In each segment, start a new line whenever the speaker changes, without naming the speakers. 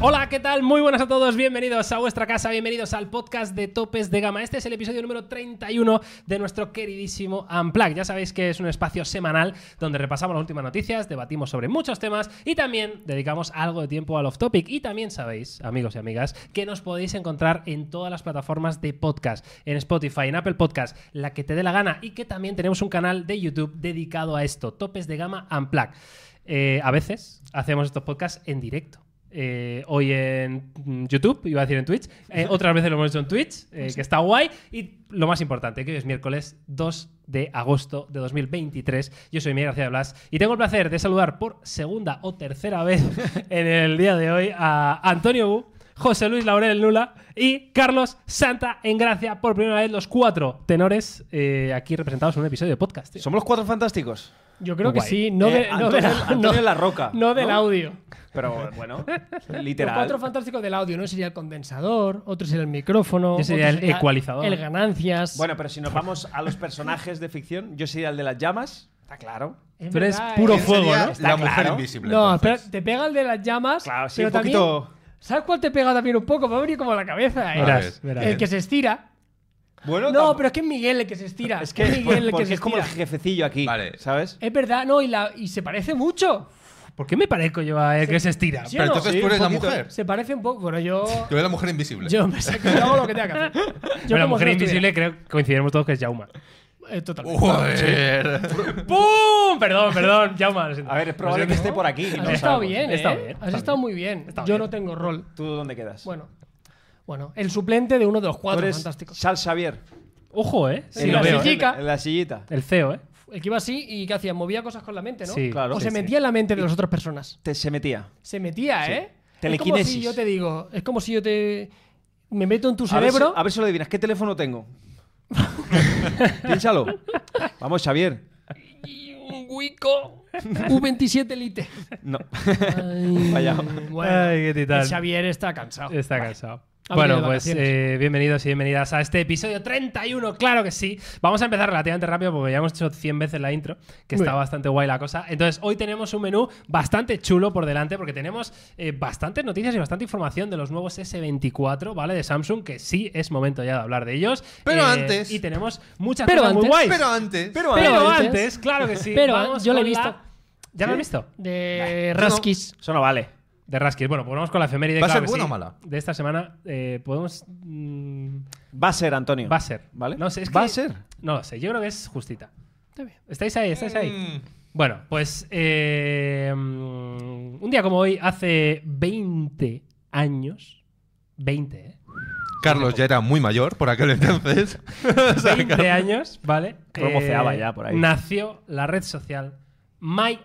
Hola, ¿qué tal? Muy buenas a todos, bienvenidos a vuestra casa, bienvenidos al podcast de Topes de Gama. Este es el episodio número 31 de nuestro queridísimo Unplug. Ya sabéis que es un espacio semanal donde repasamos las últimas noticias, debatimos sobre muchos temas y también dedicamos algo de tiempo al off topic. Y también sabéis, amigos y amigas, que nos podéis encontrar en todas las plataformas de podcast, en Spotify, en Apple Podcast, la que te dé la gana y que también tenemos un canal de YouTube dedicado a esto, Topes de Gama Unplug. Eh, a veces hacemos estos podcasts en directo. Eh, hoy en mm, YouTube, iba a decir en Twitch. Eh, otras veces lo hemos hecho en Twitch,
Pues
eh, que está guay. Y lo más importante, que hoy es miércoles 2 de agosto de 2023. Yo soy Miguel García de Blas y tengo el placer de saludar por segunda o tercera vez en el día de hoy a Antonio Bu, José Luis Laurel Nula y Carlos Santa en Gracia. Por primera vez, los cuatro tenores eh, aquí representados en un episodio de podcast. tío.
Somos los cuatro fantásticos.
Yo creo que
Guay.
sí, no,
Eh,
de- no
Antonio,
del-
Antonio
no-
La Roca.
no del
¿no?
audio.
Pero bueno,
Los
literal.
cuatro fantásticos del audio, ¿no? Sería el condensador, otro sería el micrófono.
Yo sería
otro
el ecualizador.
El ganancias.
Bueno, pero si nos vamos a los personajes de ficción, yo sería el de las llamas.
Ah,
Está claro.
Es
Tú eres
verdad,
puro
¿eh?
f- fuego,
sería
¿no?
Está
La mujer
claro.
invisible.
No,
entonces.
espera, te pega el de las llamas.
Claro, sí,
pero
un poquito-
también- ¿Sabes cuál te pega también un poco? Me ha venido como a la cabeza, ¿eh?
Verás,
Verás,
pues. ver.
verás.
El que se estira.
Bueno,
No,
tam-
pero es que es Miguel el que se estira.
es que
es Miguel el que
porque
se
es como el
estira.
jefecillo aquí,
Vale.
¿sabes?
Es verdad, no, y, la- y se parece mucho.
¿Por qué me parezco yo a él que se estira?
Sí,
Pero
no,
entonces
sí,
tú eres
un
la
poquito.
mujer.
Se parece un poco. Bueno, yo.
Yo eres la mujer invisible.
Yo me saco, yo hago lo que tenga que hacer. Yo
Yo la
como
mujer
si no
invisible creo que coincidimos todos que es Jauma.
estuviera. Eh, totalmente.
Joder.
¡Pum! Perdón, perdón, Jauma.
A ver, es probable
Pues
que esté por aquí. y no
Has
lo
estado
sabemos.
bien,
He
¿eh?
estado bien, he
Has
estado
estado
bien.
muy bien.
He estado
Yo
bien.
no tengo rol.
¿Tú dónde quedas?
Bueno, bueno, el suplente de uno de los
Tú
cuatro
eres
fantásticos.
Charles Xavier.
Ojo, ¿eh? Sí,
en
lo
la
veo.
sí, sí.
¿eh?
sillita-
¿eh?
En la sillita.
El CEO, ¿eh?
El que iba así y que hacía, movía cosas con la mente, ¿no?
Sí,
Claro.
O
sí,
se
sí.
metía en la mente de las otras personas.
Te- se metía.
Se metía, ¿eh? Es
Telequinesis.
como si yo te digo, es como si yo te me meto en tu
A ver, si,
cerebro.
a ver si lo adivinas. ¿Qué teléfono tengo? Piénsalo. Vamos, Xavier.
y un Wico U27 Elite.
No.
Ay,
Fallado.
bueno,
Ay, qué titán.
el Xavier está cansado.
Está cansado.
Ha
Bueno,
venido de
pues
vacaciones.
eh, bienvenidos y bienvenidas a este episodio 31, claro que sí. Vamos a empezar relativamente rápido porque ya hemos hecho 100 veces la intro, que
Muy
está
bien.
bastante guay la cosa. Entonces, hoy tenemos un menú bastante chulo por delante porque tenemos eh, bastantes noticias y bastante información de los nuevos S24, ¿vale? De Samsung, que sí es momento ya de hablar de ellos. Eh,
Pero antes-
Y tenemos muchas
Pero
cosas muy
antes-
guays.
Pero antes.
Pero
Pero,
Pero
antes,
antes-
claro que sí.
Pero
vamos
yo lo he
con
visto.
la- ¿Ya lo has visto?
De Eh, Raskis.
Eso no vale.
De Raskis. Bueno, pues vamos con la efeméride.
¿Va a
claro
ser
que
buena
sí,
o mala?
De esta semana eh, podemos... mm,
Va a ser, Antonio.
Va a ser.
¿Vale?
No sé, es
Va
que-
a ser.
No lo sé, yo creo que es justita.
Está bien.
¿Estáis ahí? ¿Estáis
Mm.
ahí? Bueno, pues eh, mm, un día como hoy, hace 20 años, 20, ¿eh?
Carlos ya era muy mayor por aquel entonces. O sea,
20 años, ¿vale? Eh,
Que lo moceaba ya por ahí.
Nació la red social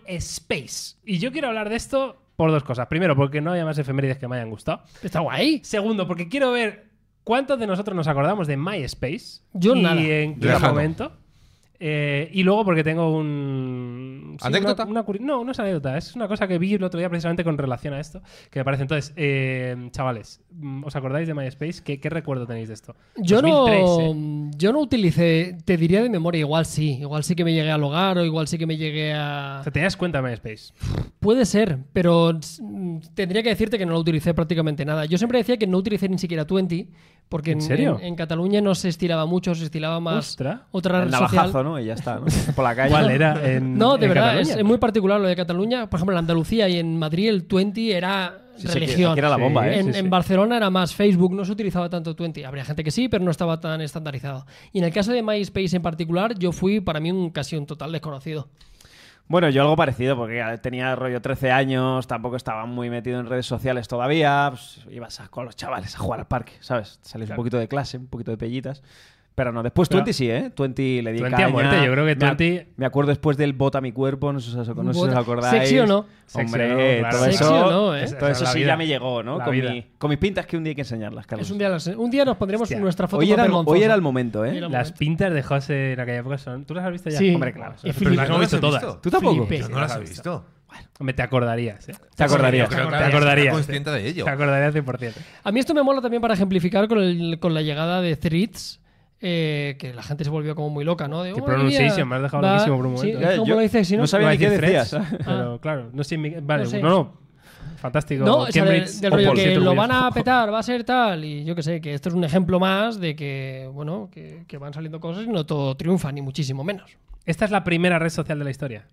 MySpace. Y yo quiero hablar de esto por dos cosas. Primero, porque no había más efemérides que me hayan gustado.
Está guay.
Segundo, porque quiero ver cuántos de nosotros nos acordamos de MySpace.
Yo
y
nada.
en qué
Lejano.
momento. Eh, y luego porque tengo un... sí,
¿Anécdota?
una- una curi- no, no es anécdota. Es una cosa que vi el otro día precisamente con relación a esto, que me parece. Entonces, eh, chavales, mm, ¿os acordáis de MySpace? ¿Qué, qué recuerdo tenéis de esto?
Yo
2013.
no, yo no utilicé, te diría de memoria, igual sí, igual sí que me llegué al hogar o igual sí que me llegué
O
a...
sea, ¿Tenías cuenta de MySpace?
Puede ser, pero mm, tendría que decirte que no lo utilicé prácticamente nada. Yo siempre decía que no utilicé ni siquiera Twenty, porque
¿En
en,
serio?
en- en Cataluña no se estilaba mucho, se estilaba más
Ostra.
otra red
El
social.
navajazo, ¿no? Y ya está, ¿no? Por la calle.
¿Cuál era? En-
No, de
en
verdad, es,
Cataluña?
es muy particular lo de Cataluña. Por ejemplo, en Andalucía y en Madrid el Twenty era
Sí, sí,
religión.
aquí era la bomba, ¿eh?
En,
Sí,
en
sí.
Barcelona era más Facebook, no se utilizaba tanto Twenty. Habría gente que sí, pero no estaba tan estandarizado. Y en el caso de MySpace en particular, yo fui para mí un casi un total desconocido.
Bueno, yo algo parecido, porque ya tenía rollo 13 años, tampoco estaba muy metido en redes sociales todavía. pues, ibas a- con los chavales a jugar al parque, ¿sabes? Salís un poquito de clase, un poquito de pellitas. Pero no, después
Pero-
20 sí, ¿eh? 20 le di
20 a
caña.
muerte, yo creo que
Me ac-
20
Me, acuerdo después del Bota mi cuerpo, no sé si os, no sé si os
Bota-
acordáis.
¿Sexy o no?
Sexy o no,
Hombre,
claro.
todo eso,
Sexy o no, ¿eh?
todo eso
La
sí
vida.
ya me llegó, ¿no?
La
Con,
vida.
mi- con mis pintas que un día hay que enseñarlas, Carlos.
Es un día, las- un día nos pondremos
Hostia.
nuestra foto
hoy,
con
era, el-
Pablo
hoy era
Gonzoso.
el momento, ¿eh?
Era
Las pintas de José en aquella época son... ¿Tú las has visto ya?
Sí.
Hombre, claro.
Pero
Filipe,
las
¿no
hemos
las
visto
he
todas.
visto?
¿Tú tampoco?
Felipe.
Yo no las he visto.
Hombre, te acordarías, ¿eh?
Te acordarías.
Te
Te
acordarías,
acordarías. ¿eh?
era consciente de ello.
Te acordarías 100%.
A mí esto me mola también para ejemplificar con, el- con la llegada de Threads. eh, que la gente se volvió como muy loca, ¿no? De,
Qué
"Oh, madre mía,
pronunciation, me has dejado loquísimo por un
sí,
momento,
¿eh?
¿Cómo
Yo
lo dices? Si no,
no sabía
Iba a
ni qué
decir
decías.
threads, Pero claro, no sé. en mi- Vale, no,
No sé.
no. Fantástico.
No, o sea, del,
Cambridge
del
o
rollo
Paul, si
que
tú
lo
hubieras.
van a petar, va a ser tal, y yo qué sé, que esto es un ejemplo más de que, bueno, que, que van saliendo cosas y no todo triunfa, ni muchísimo menos.
Esta es la primera red social de la historia.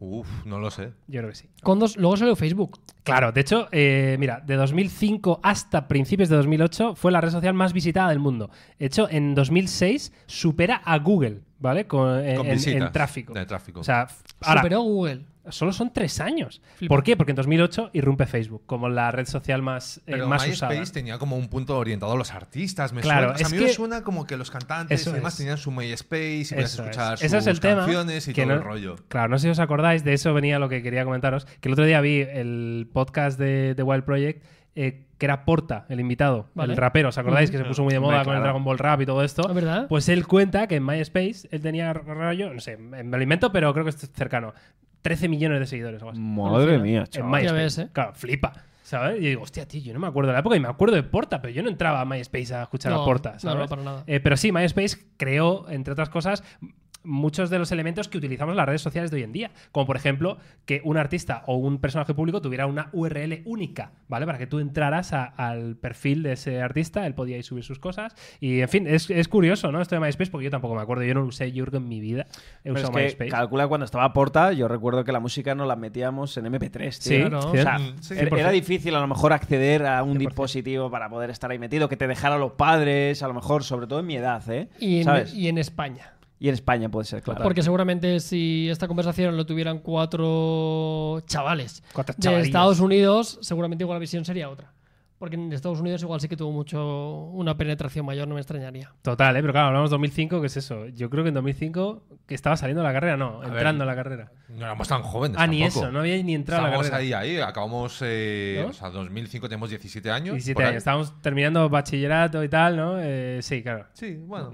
Uf, no lo sé.
Yo creo que sí.
Condos, luego salió Facebook.
Claro, de hecho, eh, mira, de 2005 hasta principios de 2008 fue la red social más visitada del mundo. De hecho, en 2006 supera a Google, ¿vale? Con, en,
Con
en- en
visitas
tráfico.
de tráfico.
O sea, f- ahora,
Superó Google.
solo son tres años.
Flipa.
¿Por qué? Porque en 2008 irrumpe Facebook como la red social más, eh,
Pero
más usada.
MySpace tenía como un punto orientado a los artistas. Me
Claro,
suena. O sea,
es
a mí me
que-
suena como que los cantantes
Eso
y demás
es.
tenían su MySpace y podías
Eso es.
escuchar
Ese
sus
es el tema
canciones y
que
todo
no-
el rollo.
Claro, no sé si os acordáis, de eso venía lo que quería comentaros, que el otro día vi el podcast de, de Wild Project, eh, que era Porta, el invitado,
Vale.
el rapero, ¿os acordáis? Que se puso muy de
Hombre,
moda con el
claro.
Dragon Ball Rap y todo esto.
Es verdad.
Pues él cuenta que en MySpace él tenía rollo, no sé, me lo invento, pero creo que es cercano, 13 millones de seguidores o algo así.
Madre mía,
En
chaval.
MySpace.
ves, ¿eh?
Claro, flipa. ¿Sabes? Y digo, hostia, tío, yo no me acuerdo de la época y me acuerdo de Porta, pero yo no entraba a MySpace a escuchar
No,
a Porta,
no,
¿sabes?
no, para nada.
Eh, pero sí, MySpace creó, entre otras cosas, m- muchos de los elementos que utilizamos en las redes sociales de hoy en día. Como por ejemplo, que un artista o un personaje público tuviera una URL única, ¿vale? Para que tú entraras a- al perfil de ese artista, él podía ir subir sus cosas. Y en fin, es, es curioso, ¿no? Esto de MySpace, porque yo tampoco me acuerdo. Yo no usé Jurgen en mi vida. He
Pero es
usado
que
MySpace.
calcula cuando estaba Porta, yo recuerdo que la música nos la metíamos en MP3, tío.
Sí,
Claro.
cien.
O sea,
Mm, sí.
era, era difícil a lo mejor acceder a un
100%.
dispositivo para poder estar ahí metido, que te dejara los padres, a lo mejor, sobre todo en mi edad, ¿eh?
Y en,
¿Sabes? Y,
y en España.
en España puede ser, claro.
Porque seguramente si esta conversación lo tuvieran cuatro chavales
Cuatro
de
chavalillos.
Estados Unidos, seguramente igual la visión sería otra. Porque en Estados Unidos igual sí que tuvo mucho una penetración mayor, no me extrañaría.
Total, ¿eh? pero claro, hablamos 2005, ¿qué es eso? Yo creo que en 2005 que estaba saliendo la carrera, no,
ver.
entrando a la carrera.
No éramos tan jóvenes.
Ah, ni
tampoco.
eso, no había ni entrado a la
Estábamos
carrera.
ahí, ahí. Acabamos. Eh,
¿No?
O sea, 2005 tenemos 17 años.
17
por ahí.
años, estábamos terminando bachillerato y tal, ¿no? Eh, sí, claro.
Sí, bueno.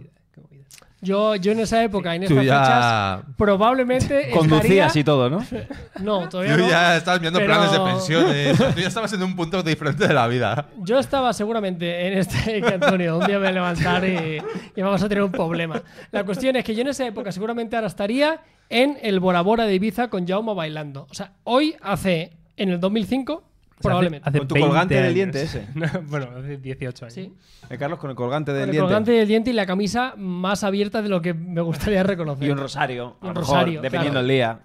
Yo, yo en esa época, en
Tú
esas
ya-
fechas, probablemente
Conducías
estaría-
y todo, ¿no?
No, todavía
Tú
no.
ya estabas mirando
pero-
planes de pensiones. Tú ya estabas en un punto diferente de la vida.
Yo estaba seguramente en este que Antonio, un día me levantaré y, y vamos a tener un problema. La cuestión es que yo en esa época seguramente ahora estaría en el Bora Bora de Ibiza con Jaume bailando. O sea, hoy hace, en el 2005, probablemente.
Con tu colgante del diente ese.
No, bueno, hace 18 años.
Sí.
Eh, Carlos, con el colgante del
Con el
diente.
colgante del diente y la camisa más abierta de lo que me gustaría reconocer.
Y un rosario, a
Un
lo mejor,
rosario,
dependiendo
claro.
del día.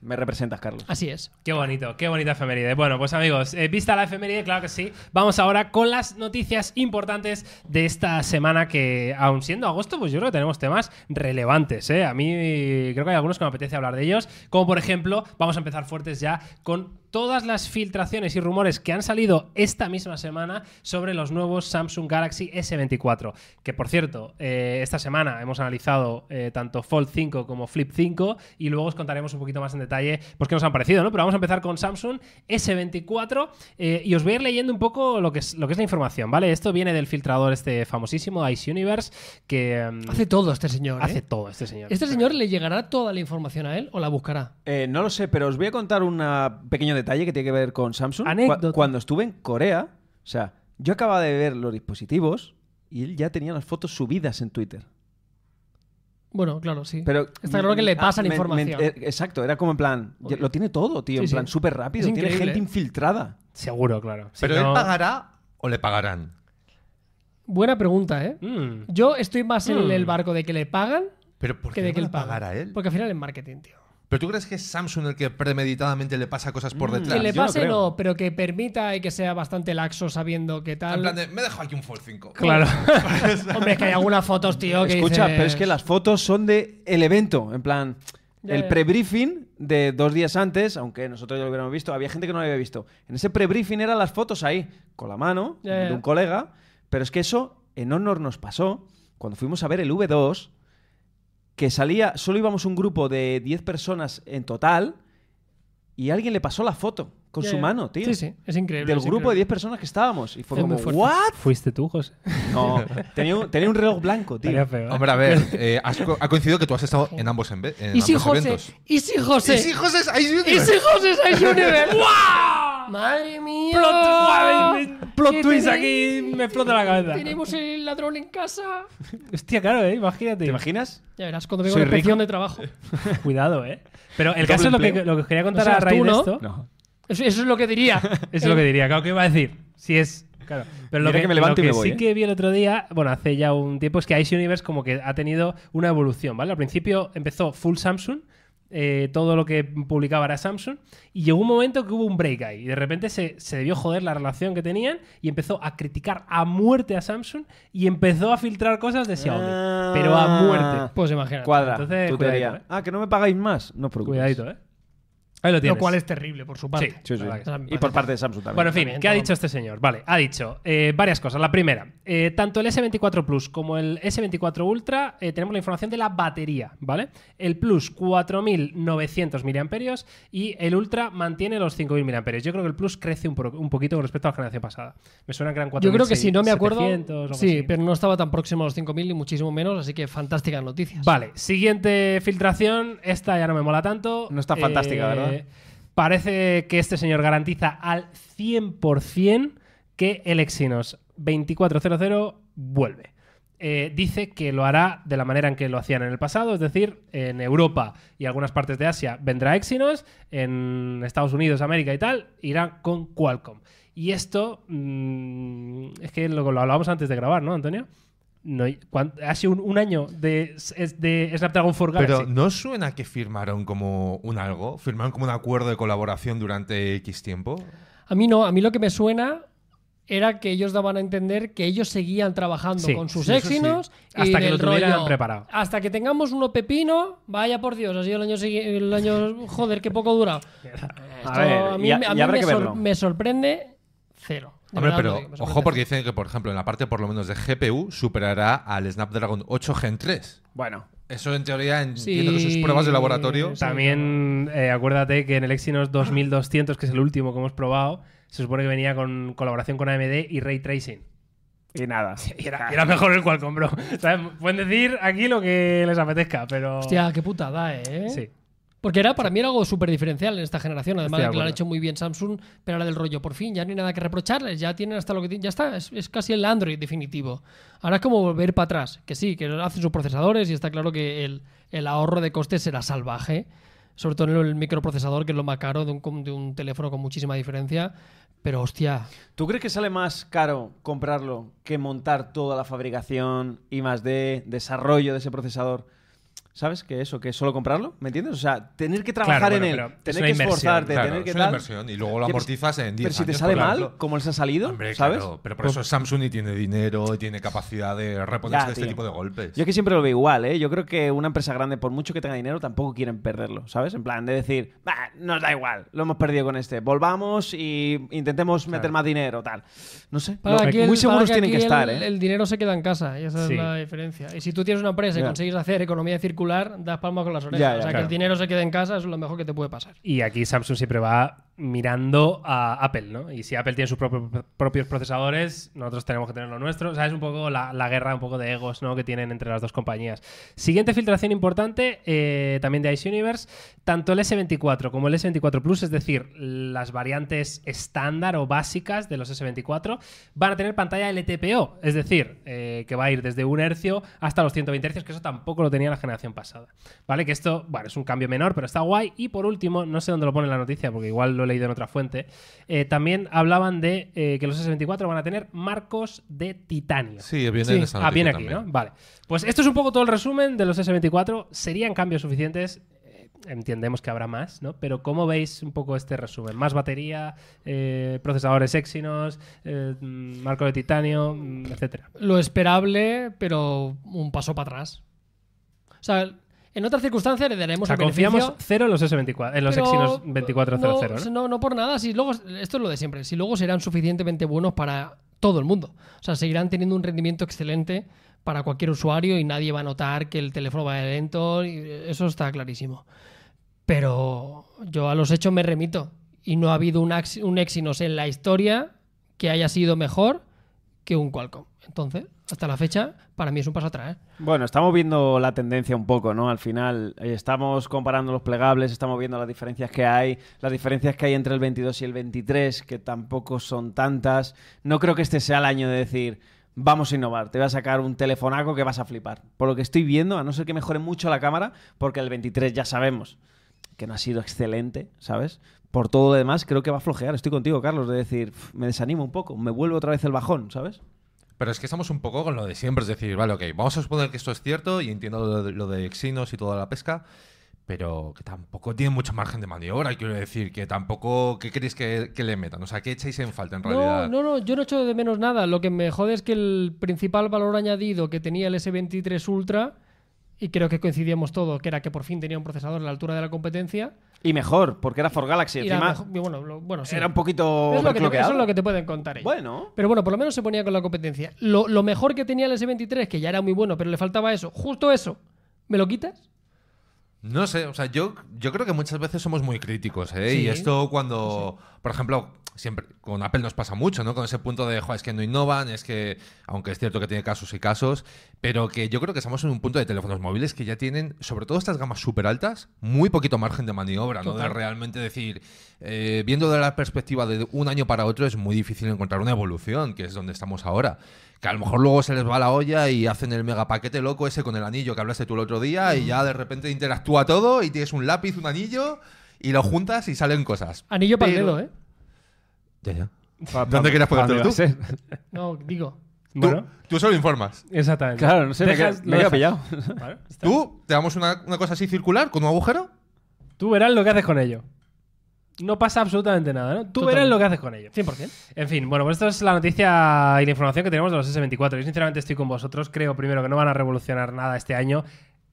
Me representas, Carlos.
Así es.
Qué bonito, qué bonita efeméride. Bueno, pues amigos, eh, vista la efeméride, claro que sí. Vamos ahora con las noticias importantes de esta semana que, aun siendo agosto, pues yo creo que tenemos temas relevantes. ¿eh? A mí eh, creo que hay algunos que me apetece hablar de ellos, como por ejemplo, vamos a empezar fuertes ya con todas las filtraciones y rumores que han salido esta misma semana sobre los nuevos Samsung Galaxy S24. Que por cierto, eh, esta semana hemos analizado eh, tanto Fold 5 como Flip 5 y luego os contaremos un poquito más en detalle pues, qué nos han parecido, ¿no? Pero vamos a empezar con Samsung S24 eh, y os voy a ir leyendo un poco lo que, es, lo que es la información, ¿vale? Esto viene del filtrador este famosísimo, Ice Universe, que mm,
Hace todo este señor. ¿eh?
hace todo este señor.
¿Este señor le llegará toda la información a él o la buscará?
Eh, no lo sé, pero os voy a contar un pequeño detalle que tiene que ver con Samsung. Cu-
Anécdota.
cuando estuve en Corea, o sea, yo acababa de ver los dispositivos y él ya tenía las fotos subidas en Twitter.
Bueno, claro, sí.
Pero
Está claro que le pasan
me- me-
información.
eh, exacto, era como en plan, ya-
Joder.
lo tiene todo, tío,
Sí,
en
sí.
plan súper rápido,
Es
tiene
increíble,
gente
¿eh?
infiltrada.
Seguro, claro. Si
Pero
no-
él pagará o le pagarán.
Buena pregunta, ¿eh?
Mm.
Yo estoy más en
Hmm.
Mm.
el barco de que le pagan
Pero ¿por
que
qué
de
le
que
van
él
a pagar
paga.
a él?
Porque al final es marketing, tío.
¿Pero tú crees que es Samsung el que premeditadamente le pasa cosas por
Mm, Que
detrás?
le
yo no
pase
creo.
no, pero que permita y que sea bastante laxo sabiendo qué
En
tal.
plan de, me dejo aquí un Fold 5.
Claro.
Hombre, es que hay algunas fotos, tío, que
Escucha,
dices-
pero es que las fotos son de el evento, en plan,
Ya,
el
ya.
pre-briefing de dos días antes, aunque nosotros ya lo hubiéramos visto, había gente que no lo había visto. En ese pre-briefing eran las fotos ahí, con la mano,
Ya, ya.
de un colega, pero es que eso en Honor nos pasó cuando fuimos a ver el V2, que salía, solo íbamos un grupo de 10 personas en total, y alguien le pasó la foto con
Ya,
su
ya.
mano, tío.
Sí, sí, es increíble.
Del
es
grupo de 10
increíble.
personas que estábamos. Y fue
Es
como,
muy fuerte.
¿what?
Fuiste tú, José.
No, tenía un, tenía un reloj blanco, tío.
Estaría feo, ¿eh?
Hombre, a ver, eh, has co- ha coincidido que tú has estado en ambos, en ve- en
¿Y si
ambos
José?
eventos.
¿Y si José?
¿Y si José es Ice
¿Y si
Universe?
José es Ice Universe? ¡Madre mía!
Plot,
¿Qué
twist
tenéis?
aquí, me explota la cabeza.
Tenemos el ladrón en casa.
Hostia, claro, ¿eh? imagínate.
¿Te imaginas?
Ya verás, cuando vengo
Soy
la inspección de trabajo.
Cuidado, ¿eh? Pero el caso es lo que,
empleo.
lo que os quería contar
No seas
a raíz
tú,
de
¿no?
esto.
No.
Eso, eso es lo que diría. Eh,
Es lo que diría, claro, ¿qué iba a decir? Si es. Claro. Pero lo
Mira
que,
que me levanto
lo
y me
que
voy,
sí
¿eh?
que vi el otro día, bueno, hace ya un tiempo, es que Ice Universe como que ha tenido una evolución, ¿vale? Al principio empezó full Samsung, eh, todo lo que publicaba era Samsung, y llegó un momento que hubo un break ahí, y de repente se, se debió joder la relación que tenían, y empezó a criticar a muerte a Samsung, y empezó a filtrar cosas de Xiaomi,
Ah.
pero a muerte.
Pues imagínate.
Cuadra.
Entonces,
tu
cuidadito,
teoría.
¿eh?
Ah, que no me pagáis más. No os preocupéis.
Cuidadito, ¿eh? Ahí lo tienes.
Lo cual es terrible, por su parte.
Sí, sí.
La verdad que
sí.
Y por parte de Samsung también.
Bueno, en fin,
También,
¿qué ha
todo.
dicho este señor? Vale, ha dicho eh, varias cosas. La primera, eh, tanto el S24 Plus como el S24 Ultra eh, tenemos la información de la batería, ¿vale? El Plus 4.900 miliamperios y el Ultra mantiene los 5.000 miliamperios. Yo creo que el Plus crece un, pro- un poquito con respecto a la generación pasada. Me suena que eran 4.700.
Yo creo que si no me acuerdo.
o algo
Sí,
así.
pero no estaba tan próximo a los 5.000 ni muchísimo menos, así que fantásticas noticias.
Vale, siguiente filtración. Esta ya no me mola tanto. Eh,
No está fantástica, ¿verdad?
Parece que este señor garantiza al 100% que el Exynos 2400 vuelve. Eh, dice que lo hará de la manera en que lo hacían en el pasado, es decir, en Europa y algunas partes de Asia vendrá Exynos, en Estados Unidos, América y tal, irán con Qualcomm. Y esto mm, es que lo, lo hablábamos antes de grabar, ¿no, Antonio? No, cuan- ha sido un, un año de, es- de Snapdragon 4 Galaxy.
Pero ¿no suena que firmaron como un algo? ¿Firmaron como un acuerdo de colaboración durante X tiempo?
A mí no, a mí lo que me suena era que ellos daban a entender que ellos seguían trabajando
Sí,
con sus
sí, eso sí.
Exynos y
Hasta que
del
lo tuvieran
rollo,
preparado.
Hasta que tengamos uno pepino, vaya por Dios, ha sido el año siguiente, el año joder, qué poco dura. Esto
ver,
a mí,
y-
me- a
y
mí
habrá
me,
que
sor-
verlo.
me sorprende cero. De
Hombre,
verdad,
pero
Antonio, me sorprende
ojo porque dicen que, por ejemplo, en la parte por lo menos de GPU superará al Snapdragon 8 Gen 3.
Bueno,
Eso en teoría entiendo
Sí.
que sus pruebas de laboratorio.
Sí.
También eh, acuérdate que en el Exynos 2200, que es el último que hemos probado, se supone que venía con colaboración con AMD y Ray Tracing.
y nada.
Y era, y era mejor el Qualcomm, bro. ¿Sabes? Pueden decir aquí lo que les apetezca, pero...
Hostia, qué putada, ¿eh?
Sí.
Porque era, para mí era algo súper diferencial en esta generación. Además
Estoy de
de que lo han
acuerdo.
hecho muy bien Samsung, pero ahora del rollo, por fin, ya no hay nada que reprocharles. Ya tienen hasta lo que tienen. Ya está, es, es casi el Android definitivo. Ahora es como volver para atrás. Que sí, que hacen sus procesadores y está claro que el, el ahorro de costes será salvaje. Sobre todo en el microprocesador, que es lo más caro de un, com- de un teléfono con muchísima diferencia. Pero hostia,
¿Tú crees que sale más caro comprarlo que montar toda la fabricación y más de desarrollo de ese procesador? ¿Sabes? Que eso, que solo comprarlo, ¿me entiendes? O sea, tener que trabajar
Claro,
en
bueno,
él,
pero es
tener
una
que
inversión,
esforzarte,
Claro,
tener que
es una
tal.
inversión y luego lo
Ya, pero-
amortizas en 10
Pero si te
años,
sale
por
mal,
ejemplo.
como les ha salido,
Hombre,
¿sabes?
claro, pero por eso Samsung y tiene dinero, y tiene capacidad de reponerse
Ya,
de este
tío.
tipo de golpes.
Yo es que siempre lo veo igual, ¿eh? Yo creo que una empresa grande, por mucho que tenga dinero, tampoco quieren perderlo, ¿sabes? En plan, de decir, "Bah, nos da igual, lo hemos perdido con este, volvamos y intentemos meter más dinero, tal. No sé,
Para
no,
que
muy
el- para
seguros
que
tienen que
aquí
estar,
el,
¿eh?
el dinero se queda en casa, y esa
Sí.
es la diferencia. Y si tú tienes una empresa y
Ya.
consigues hacer economía circular, das palmas con las orejas.
Ya, ya,
o sea, que
claro.
el dinero se quede en casa es lo mejor que te puede pasar.
Y aquí Samsung siempre va mirando a Apple, ¿no? Y si Apple tiene sus propio- propios procesadores, nosotros tenemos que tener los nuestros. O sea, es un poco la, la guerra un poco de egos, ¿no? Que tienen entre las dos compañías. Siguiente filtración importante, eh, también de Ice Universe, tanto el S24 como el S24 Plus, es decir, las variantes estándar o básicas de los S24, van a tener pantalla LTPO, es decir, eh, que va a ir desde un hercio hasta los 120 hercios, que eso tampoco lo tenía la generación pasada. ¿Vale? Que esto, bueno, es un cambio menor, pero está guay. Y por último, no sé dónde lo pone la noticia, porque igual lo he leído en otra fuente, eh, también hablaban de eh, que los S24 van a tener marcos de titanio.
Sí, viene
Sí.
en esa
Ah, bien
noticia
aquí,
también.
¿no? Vale. Pues esto es un poco todo el resumen de los S24. ¿Serían cambios suficientes? Eh, Entendemos que habrá más, ¿no? Pero ¿cómo veis un poco este resumen? Más batería, eh, procesadores Exynos, eh, mm, marco de titanio, mm, etcétera.
Lo esperable, pero un paso para atrás. O sea, en otras circunstancias le
O
daremos
sea,
el beneficio,
confiamos cero en los S24, en los
pero
Exynos 2400,
no,
¿no?
no, no por nada. Si luego, esto es lo de siempre. Si luego serán suficientemente buenos para todo el mundo. O sea, seguirán teniendo un rendimiento excelente para cualquier usuario y nadie va a notar que el teléfono va lento. y eso está clarísimo. Pero yo a los hechos me remito. Y no ha habido un, Ax- un Exynos en la historia que haya sido mejor que un Qualcomm. Entonces, hasta la fecha, para mí es un paso atrás. ¿eh?
Bueno, estamos viendo la tendencia un poco, ¿no? Al final, eh, estamos comparando los plegables, estamos viendo las diferencias que hay, las diferencias que hay entre el 22 y el 23, que tampoco son tantas. No creo que este sea el año de decir, vamos a innovar, te voy a sacar un telefonaco que vas a flipar. Por lo que estoy viendo, a no ser que mejore mucho la cámara, porque el 23 ya sabemos que no ha sido excelente, ¿sabes? Por todo lo demás, creo que va a flojear. Estoy contigo, Carlos, de decir, "Pf, me desanimo un poco, me vuelve otra vez el bajón, ¿sabes?
Pero es que estamos un poco con lo de siempre, es decir, vale, ok, vamos a suponer que esto es cierto y entiendo lo de, lo de Xinos y toda la pesca, pero que tampoco tiene mucho margen de maniobra, quiero decir, que tampoco, ¿qué queréis que, que le metan? O sea, ¿qué echáis en falta en realidad?
No, no, no, yo no echo de menos nada. Lo que me jode es que el principal valor añadido que tenía el S23 Ultra, y creo que coincidíamos todo, que era que por fin tenía un procesador a la altura de la competencia.
Y mejor, porque era For Galaxy,
y era
encima
mejor- y bueno, lo- bueno, sí.
era un poquito
Es lo que te-
overclockeado.
eso es lo que te pueden contar ellos.
Bueno,
Pero bueno, por lo menos se ponía con la competencia. Lo, lo mejor que tenía el S23, que ya era muy bueno, pero le faltaba eso, justo eso, ¿me lo quitas?
No sé, o sea, yo, yo creo que muchas veces somos muy críticos, ¿eh?
Sí.
Y esto cuando, por ejemplo, siempre con Apple nos pasa mucho, ¿no? Con ese punto de, "Jo, es que no innovan, es que, aunque es cierto que tiene casos y casos, pero que yo creo que estamos en un punto de teléfonos móviles que ya tienen, sobre todo estas gamas súper altas, muy poquito margen de maniobra, ¿no? De realmente decir, eh, viendo de la perspectiva de un año para otro, es muy difícil encontrar una evolución, que es donde estamos ahora. Que a lo mejor luego se les va la olla y hacen el mega paquete loco ese con el anillo que hablaste tú el otro día y ya de repente interactúa todo y tienes un lápiz, un anillo y lo juntas y salen cosas.
Anillo para el
Pero-
dedo, ¿eh?
Ya, ya.
Ah, Pa- pa-
¿Dónde querías
pa-
ponértelo
¿dónde iba a ser?
No, digo.
Tú-
Bueno,
Tú, solo informas.
exactamente.
Claro, no sé, me
Dejas-
queda-
lo
me he quedado
dejas.
pillado.
Vale, está.
Tú te damos una, una cosa así circular con un agujero.
Tú verás lo que haces con ello. No pasa absolutamente nada, ¿no? Tú
Totalmente.
verás lo que haces con ello.
100%.
En fin, bueno, pues esto es la noticia y la información que tenemos de los S24. Yo sinceramente estoy con vosotros. Creo primero que no van a revolucionar nada este año.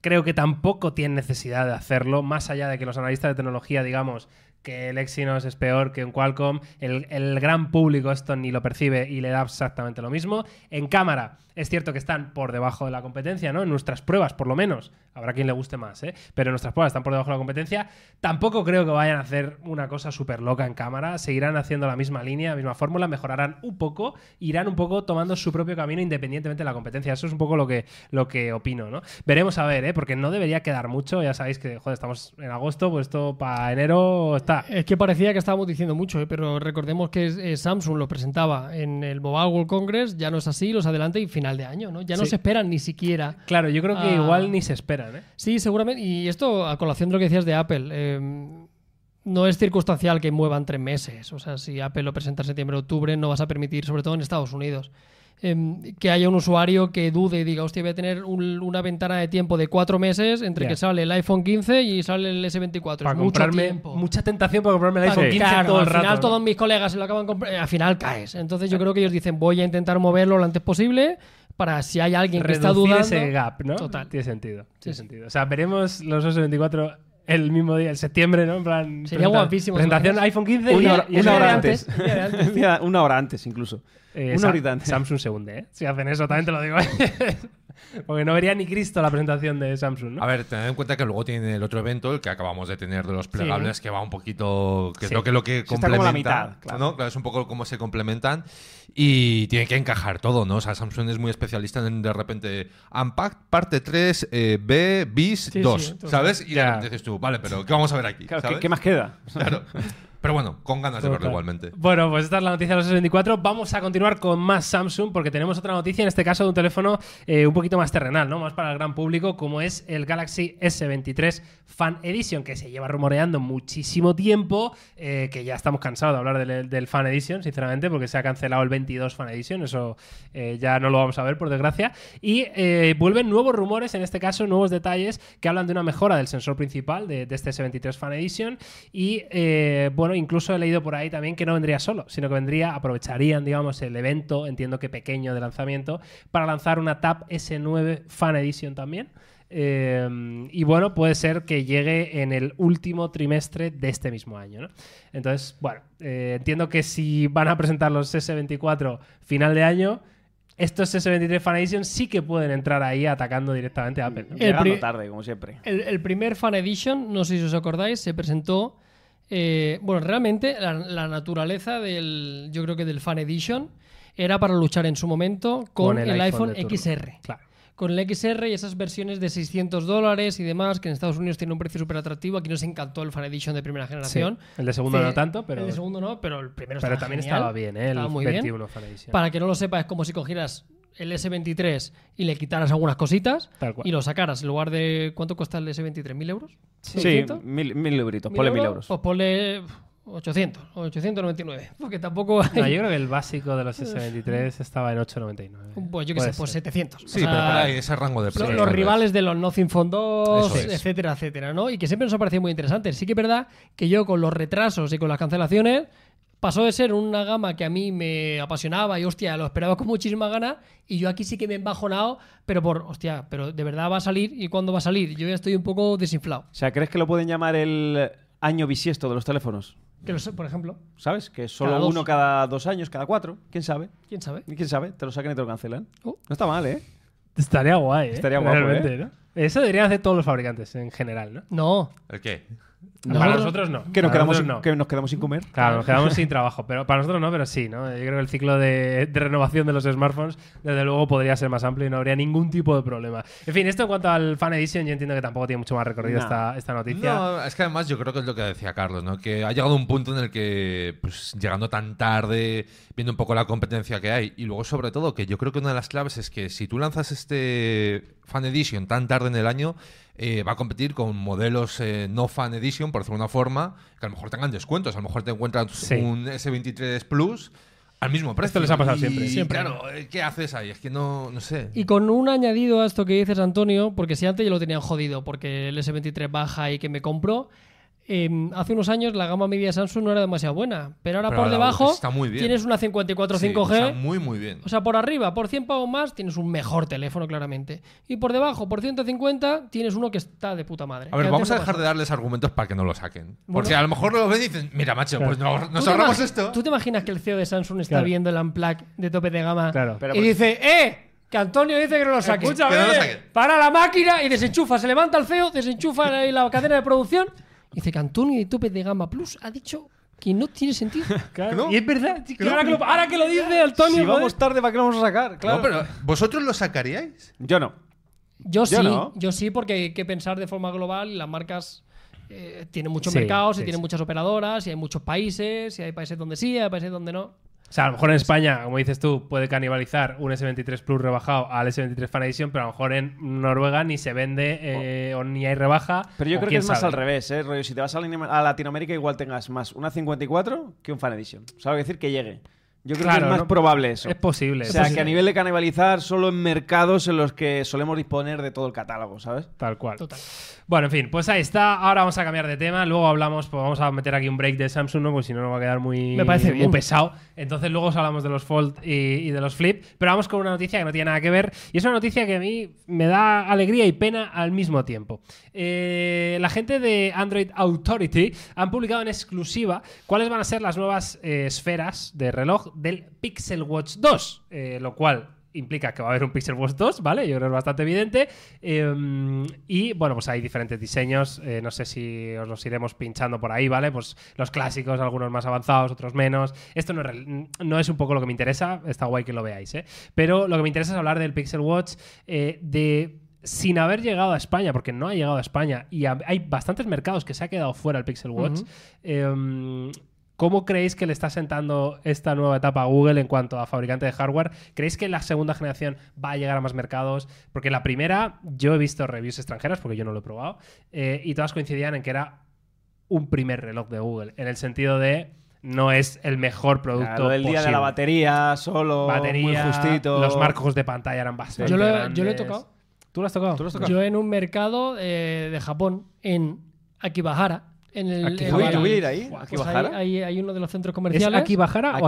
Creo que tampoco tienen necesidad de hacerlo, más allá de que los analistas de tecnología digamos que el Exynos es peor que un Qualcomm, el, el gran público esto ni lo percibe y le da exactamente lo mismo. En cámara es cierto que están por debajo de la competencia, ¿no? En nuestras pruebas, por lo menos. Habrá quien le guste más, ¿eh? Pero en nuestras pruebas están por debajo de la competencia. Tampoco creo que vayan a hacer una cosa súper loca en cámara. Seguirán haciendo la misma línea, la misma fórmula, mejorarán un poco, irán un poco tomando su propio camino independientemente de la competencia. Eso es un poco lo que, lo que opino, ¿no? Veremos a ver, ¿eh? Porque no debería quedar mucho. Ya sabéis que, joder, estamos en agosto, pues esto para enero está.
Es que parecía que estábamos diciendo mucho, ¿eh? pero recordemos que eh, Samsung lo presentaba en el Mobile World Congress, ya no es así, los adelante y final de año, ¿no? Ya no
Sí.
se esperan ni siquiera
Claro, yo creo que
Ah.
igual ni se esperan, ¿eh?
Sí, seguramente. Y esto, a colación de lo que decías de Apple, eh, no es circunstancial que muevan tres meses. O sea, si Apple lo presenta en septiembre o octubre, no vas a permitir, sobre todo en Estados Unidos, eh, que haya un usuario que dude y diga, hostia, voy a tener un- una ventana de tiempo de cuatro meses entre
Ya.
que sale el iPhone 15 y sale el S24.
Para
es mucho
comprarme
tiempo.
mucha tentación para comprarme el
Para-
iPhone 15
claro,
todo el
al
rato.
final
¿no?
todos mis colegas se lo acaban comprando, eh, al final caes. Entonces yo creo que ellos dicen, voy a intentar moverlo lo antes posible para si hay alguien que está
Reducir
dudando.
ese gap, ¿no?
Total.
Tiene sentido. tiene
sí.
sentido. O sea, veremos los S24 el mismo día, en septiembre, ¿no? En plan.
Sería guapísimo,
Presentación
¿no?
iPhone 15 y-
Una hora,
y
una
el día
hora
de
antes.
el día de antes.
una hora antes, incluso.
Eh,
una
Sam-
horita antes.
Samsung se hunde, ¿eh? Si hacen eso, también te lo digo. ¿eh? Porque no vería ni Cristo la presentación de Samsung, ¿no?
A ver, tened en cuenta que luego tiene el otro evento, el que acabamos de tener de los plegables, que va un poquito. que
Sí.
creo que es lo que
Sí, está como
complementa.
la mitad, claro.
¿no? Claro, es un poco cómo se complementan. Y tiene que encajar todo, ¿no? O sea, Samsung es muy especialista en de repente Unpacked, parte 3, eh, B, bis
Sí,
2,
sí, entonces-
¿sabes? Y de
Ya.
repente dices tú, vale, pero ¿qué vamos a ver aquí?
Claro, ¿qué-
¿sabes?
¿qué más queda?
Claro. Pero bueno, con ganas de verlo
Total.
igualmente.
Bueno, pues esta es la noticia de los S24. Vamos a continuar con más Samsung porque tenemos otra noticia, en este caso de un teléfono eh, un poquito más terrenal, ¿no? Más para el gran público, como es el Galaxy S23 Fan Edition, que se lleva rumoreando muchísimo tiempo, eh, que ya estamos cansados de hablar del, del Fan Edition, sinceramente, porque se ha cancelado el 22 Fan Edition, eso eh, ya no lo vamos a ver, por desgracia. Y eh, vuelven nuevos rumores, en este caso, nuevos detalles que hablan de una mejora del sensor principal de, de este S23 Fan Edition. Y eh, bueno, incluso he leído por ahí también que no vendría solo, sino que vendría, aprovecharían, digamos, el evento, entiendo que pequeño de lanzamiento, para lanzar una Tab S9 Fan Edition también. Eh, y bueno, puede ser que llegue en el último trimestre de este mismo año. ¿no? Entonces, bueno, eh, entiendo que si van a presentar los S24 final de año, estos S23 Fan Edition sí que pueden entrar ahí atacando directamente a Apple. ¿no?
El
Llegando
pri-
tarde, como siempre.
El, el primer Fan Edition, no sé si os acordáis, se presentó. eh, bueno, realmente la, la naturaleza del. Yo creo que del Fan Edition era para luchar en su momento con, el, iPhone,
de turno.
XR.
Claro.
Con el XR y esas versiones de 600 dólares y demás, que en Estados Unidos tiene un precio súper atractivo. Aquí nos encantó el Fan Edition de primera generación.
Sí. El de segundo
Eh,
no tanto, pero,
El de segundo no, pero el primero
pero
estaba
también
genial.
estaba bien, ¿eh? El
Estaba muy bien.
21 Fan Edition.
Para que no lo sepa, es como si cogieras el S23 y le quitaras algunas cositas
Tal cual.
y lo sacaras en lugar de. ¿Cuánto cuesta el S23? ¿Mil euros?
Sí, mil, mil libritos, ponle mil euros.
Pues ponle 800, 899. Porque tampoco hay.
No, yo creo que el básico de los S23 estaba en 8.99.
Pues yo qué
¿eh? Puede
sé, pues
ser.
700. O
Sí,
sea,
pero para ahí, ese rango de
lo-
precios,
los
tal vez.
rivales de los Nothing Phone 2,
Pues Eso es.
etcétera, etcétera, ¿no? Y que siempre nos ha parecido muy interesante. Sí que es verdad que yo con los retrasos y con las cancelaciones pasó de ser una gama que a mí me apasionaba y hostia, lo esperaba con muchísima ganas y yo aquí sí que me he embajonado, pero por hostia, pero de verdad va a salir y cuándo va a salir? Yo ya estoy un poco desinflado.
O sea, ¿crees que lo pueden llamar el año bisiesto de los teléfonos?
Que lo sé, por ejemplo,
¿Sabes? Que solo
Cada dos.
uno cada dos años, cada cuatro. ¿Quién sabe?
quién sabe.
¿Y ¿Quién sabe? Te lo sacan y te lo cancelan.
Oh.
No está mal, ¿eh?
Estaría guay, ¿eh?
Estaría guapo,
Realmente,
¿eh?
¿no? Eso deberían hacer todos los fabricantes en general, ¿no?
No,
¿El qué?
Para
Nosotros-
nosotros no.
Que nos,
Para
quedamos
nosotros
sin,
no.
que nos quedamos sin comer.
Claro, nos quedamos sin trabajo, pero para nosotros no, pero sí, ¿no? Yo creo que el ciclo de, de renovación de los smartphones, desde luego, podría ser más amplio y no habría ningún tipo de problema. En fin, esto en cuanto al Fan Edition, yo entiendo que tampoco tiene mucho más recorrido
No.
esta, esta noticia.
No, es que además yo creo que es lo que decía Carlos, ¿no? Que ha llegado un punto en el que, pues, llegando tan tarde, viendo un poco la competencia que hay, y luego sobre todo que yo creo que una de las claves es que si tú lanzas este Fan Edition tan tarde en el año, eh, va a competir con modelos eh, no Fan Edition, por decirlo de una forma, que a lo mejor tengan descuentos, a lo mejor te encuentras
Sí.
un S23 Plus al mismo precio.
les ha pasado
Y,
siempre. Siempre.
Claro, eh, ¿qué haces ahí? Es que no, no sé.
Y con un añadido a esto que dices, Antonio, porque si antes ya lo tenían jodido, porque el S23 baja y que me compro. eh, hace unos años la gama media de Samsung no era demasiado buena, pero ahora
Pero
por
ahora
debajo
está muy bien.
tienes una 54
Sí,
5G.
o sea, muy, muy bien.
O sea, por arriba, por 100 pavos más, tienes un mejor teléfono, claramente. Y por debajo, por 150, tienes uno que está de puta madre.
A ver,
Que
vamos
antes
a
no
dejar de
pasaba.
darles argumentos para que no lo saquen. Porque a lo mejor lo ven y dicen, mira, macho, pues no-
¿Tú
nos
te
ahorramos
imag-
esto.
¿Tú te imaginas que el CEO de Samsung está
Claro.
viendo el Unplug de tope de gama
Claro.
Pero
y
por-
dice, ¡eh! Que Antonio dice que no lo saque.
Que no lo saque.
Para la máquina y desenchufa. Se levanta el CEO, desenchufa la, la cadena de producción. Y dice que Antonio de tope de gama plus ha dicho que no tiene sentido.
Claro.
no.
Y es verdad, sí,
no.
ahora, que lo, ahora que lo dice Antonio,
si
joder.
vamos tarde, ¿para qué lo vamos a sacar? Claro.
No, pero ¿vosotros lo sacaríais?
Yo no.
Yo, sí,
no.
yo sí, porque hay que pensar de forma global y las marcas eh, tienen muchos
Sí,
mercados y
sí,
tienen
sí.
muchas operadoras y hay muchos países y hay países donde sí, hay países donde no.
O sea, a lo mejor en España, como dices tú, puede canibalizar un S23 Plus rebajado al S23 Fan Edition, pero a lo mejor en Noruega ni se vende eh, o ni hay rebaja.
Pero yo
o
creo que
quién
es más
sabe.
al revés, ¿eh? Rollo, si te vas a, Latino- a Latinoamérica, igual tengas más una 54 que un Fan Edition. O sea, lo que decir que llegue. Yo creo que
Claro,
es más
no-
probable eso.
Es posible.
O
es
sea, que
posible.
a nivel de canibalizar, solo en mercados en los que solemos disponer de todo el catálogo, ¿sabes?
Tal cual.
Total.
Bueno, en fin, pues ahí está. Ahora vamos a cambiar de tema. Luego hablamos, pues vamos a meter aquí un break de Samsung, ¿no? Porque si no, nos va a quedar muy,
Me parece
muy
bien.
pesado. Entonces, luego os hablamos de los Fold y, y de los Flip. Pero vamos con una noticia que no tiene nada que ver. Y es una noticia que a mí me da alegría y pena al mismo tiempo. Eh, la gente de Android Authority han publicado en exclusiva cuáles van a ser las nuevas eh, esferas de reloj del Pixel Watch 2. eh, lo cual implica que va a haber un Pixel Watch 2, ¿vale? Yo creo que es bastante evidente. Eh, y bueno, pues hay diferentes diseños. eh, no sé si os los iremos pinchando por ahí, ¿vale? Pues los clásicos, algunos más avanzados, otros menos. Esto no es, real- no es un poco lo que me interesa. Está guay que lo veáis, ¿eh? Pero lo que me interesa es hablar del Pixel Watch, eh, de sin haber llegado a España, porque no ha llegado a España, y ha- hay bastantes mercados que se ha quedado fuera el Pixel Watch, em, ¿cómo creéis que le está sentando esta nueva etapa a Google en cuanto a fabricante de hardware? ¿Creéis que la segunda generación va a llegar a más mercados? Porque la primera, yo he visto reviews extranjeras, porque yo no lo he probado, eh, y todas coincidían en que era un primer reloj de Google, en el sentido de no es el mejor producto.
Claro, el día de la
posible
batería, solo,
batería,
muy justito.
los marcos de pantalla eran bastante
Yo lo,
grandes.
yo lo he tocado.
¿Tú lo has tocado?
¿Tú lo has tocado?
Yo en un mercado eh, de Japón, en Akibahara. En el,
Akihabara.
en-
Yo voy a
ir ahí,
Pues
Akibahara.
ahí- ahí hay uno de los centros
¿Es
comerciales.
Akibahara o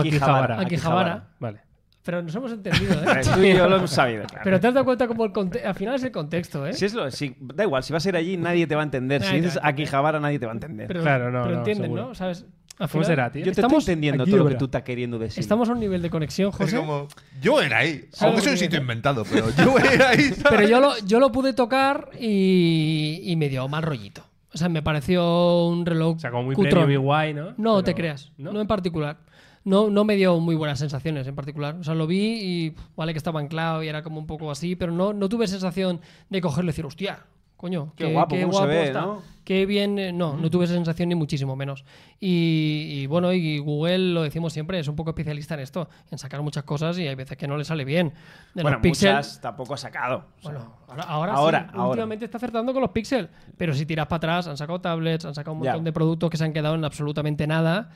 Akihabara?
Akihabara.
Akihabara.
Vale.
Pero nos hemos entendido, ¿eh?
Eh, Tú y yo lo hemos sabido, claro.
Pero te has dado cuenta como el conte- al final es el contexto, ¿eh?
Si es lo, si- da igual, si vas a ir allí nadie te va a entender.
Nadie
Si
te va
dices
a entender.
aquí Javara nadie te va a entender.
pero,
Claro, no,
pero
no,
entienden,
seguro.
¿no? ¿Sabes?
¿Cómo
Al final-
será, tío?
Yo te
estamos
estoy entendiendo
aquí,
todo lo
bro.
que tú estás queriendo decir.
Estamos a un nivel de conexión,
Es
José.
como, yo era ahí.
¿Sabes
Aunque
lo
es un
que
sitio
digo?
inventado, pero yo era ahí. ¿sabes?
Pero yo lo, yo lo pude tocar y, y me dio mal rollito. O sea, me pareció un reloj.
O sea, como muy
cutrón.
premium y guay, ¿no?
No
Pero-
te creas,
¿no?
¿no? en particular. No, no me dio muy buenas sensaciones en particular. O sea, lo vi y pf, vale que estaba anclado y era como un poco así, pero no, no tuve sensación de cogerlo y decir, hostia, Coño,
Qué guapo cómo se ve,
está.
¿no? Mm.
Qué bien, eh, no, no tuve esa sensación ni muchísimo menos. Y, y bueno, y Google, lo decimos siempre, es un poco especialista en esto, en sacar muchas cosas y hay veces que no le sale bien. De
Bueno,
los Pixel,
muchas tampoco ha sacado. O sea,
bueno, ahora, ahora,
Ahora,
sí,
ahora.
últimamente está acertando con los Pixel, pero si tiras para atrás, han sacado tablets, han sacado un
Ya.
montón de productos que se han quedado en absolutamente nada.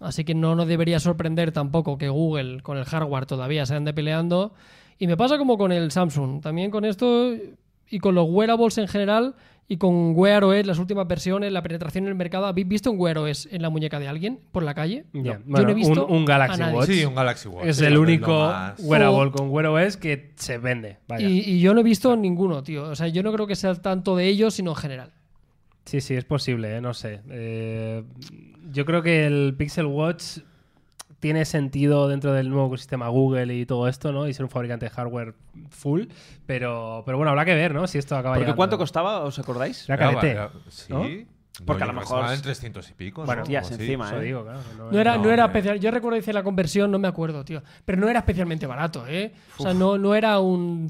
Así que no nos debería sorprender tampoco que Google con el hardware todavía se ande peleando. Y me pasa como con el Samsung, también con esto y con los wearables en general y con Wear OS, las últimas versiones, la penetración en el mercado. ¿Habéis visto un Wear OS en la muñeca de alguien por la calle?
Ya.
Yo no he
Bueno, un-
visto
un Galaxy
a nadie.
Watch.
Sí, un Galaxy Watch.
Es
Sí,
el
lo
único
más-
wearable con Wear OS que se vende. Vaya.
Y, y yo no he visto ninguno, tío. O sea, yo no creo que sea tanto de ellos, sino en general.
Sí, sí, es posible, ¿eh? no sé. Eh, yo creo que el Pixel Watch tiene sentido dentro del nuevo ecosistema Google y todo esto, ¿no? Y ser un fabricante de hardware full, pero, pero bueno, habrá que ver, ¿no? Si esto acaba
¿Porque
llegando.
cuánto Ah, costaba? ¿Os acordáis?
Era
Era-
carete.
era- sí.
¿no?
Porque a lo
yo creo que
mejor-
estaba en 300 y pico.
Bueno,
¿no?
tías
Algo así.
encima,
Eso
¿eh?
digo, claro. No,
No era,
No,
no era
hombre.
especial. Yo recuerdo que hice la conversión, no me acuerdo, tío. Pero no era especialmente barato, ¿eh? O sea, no, no era un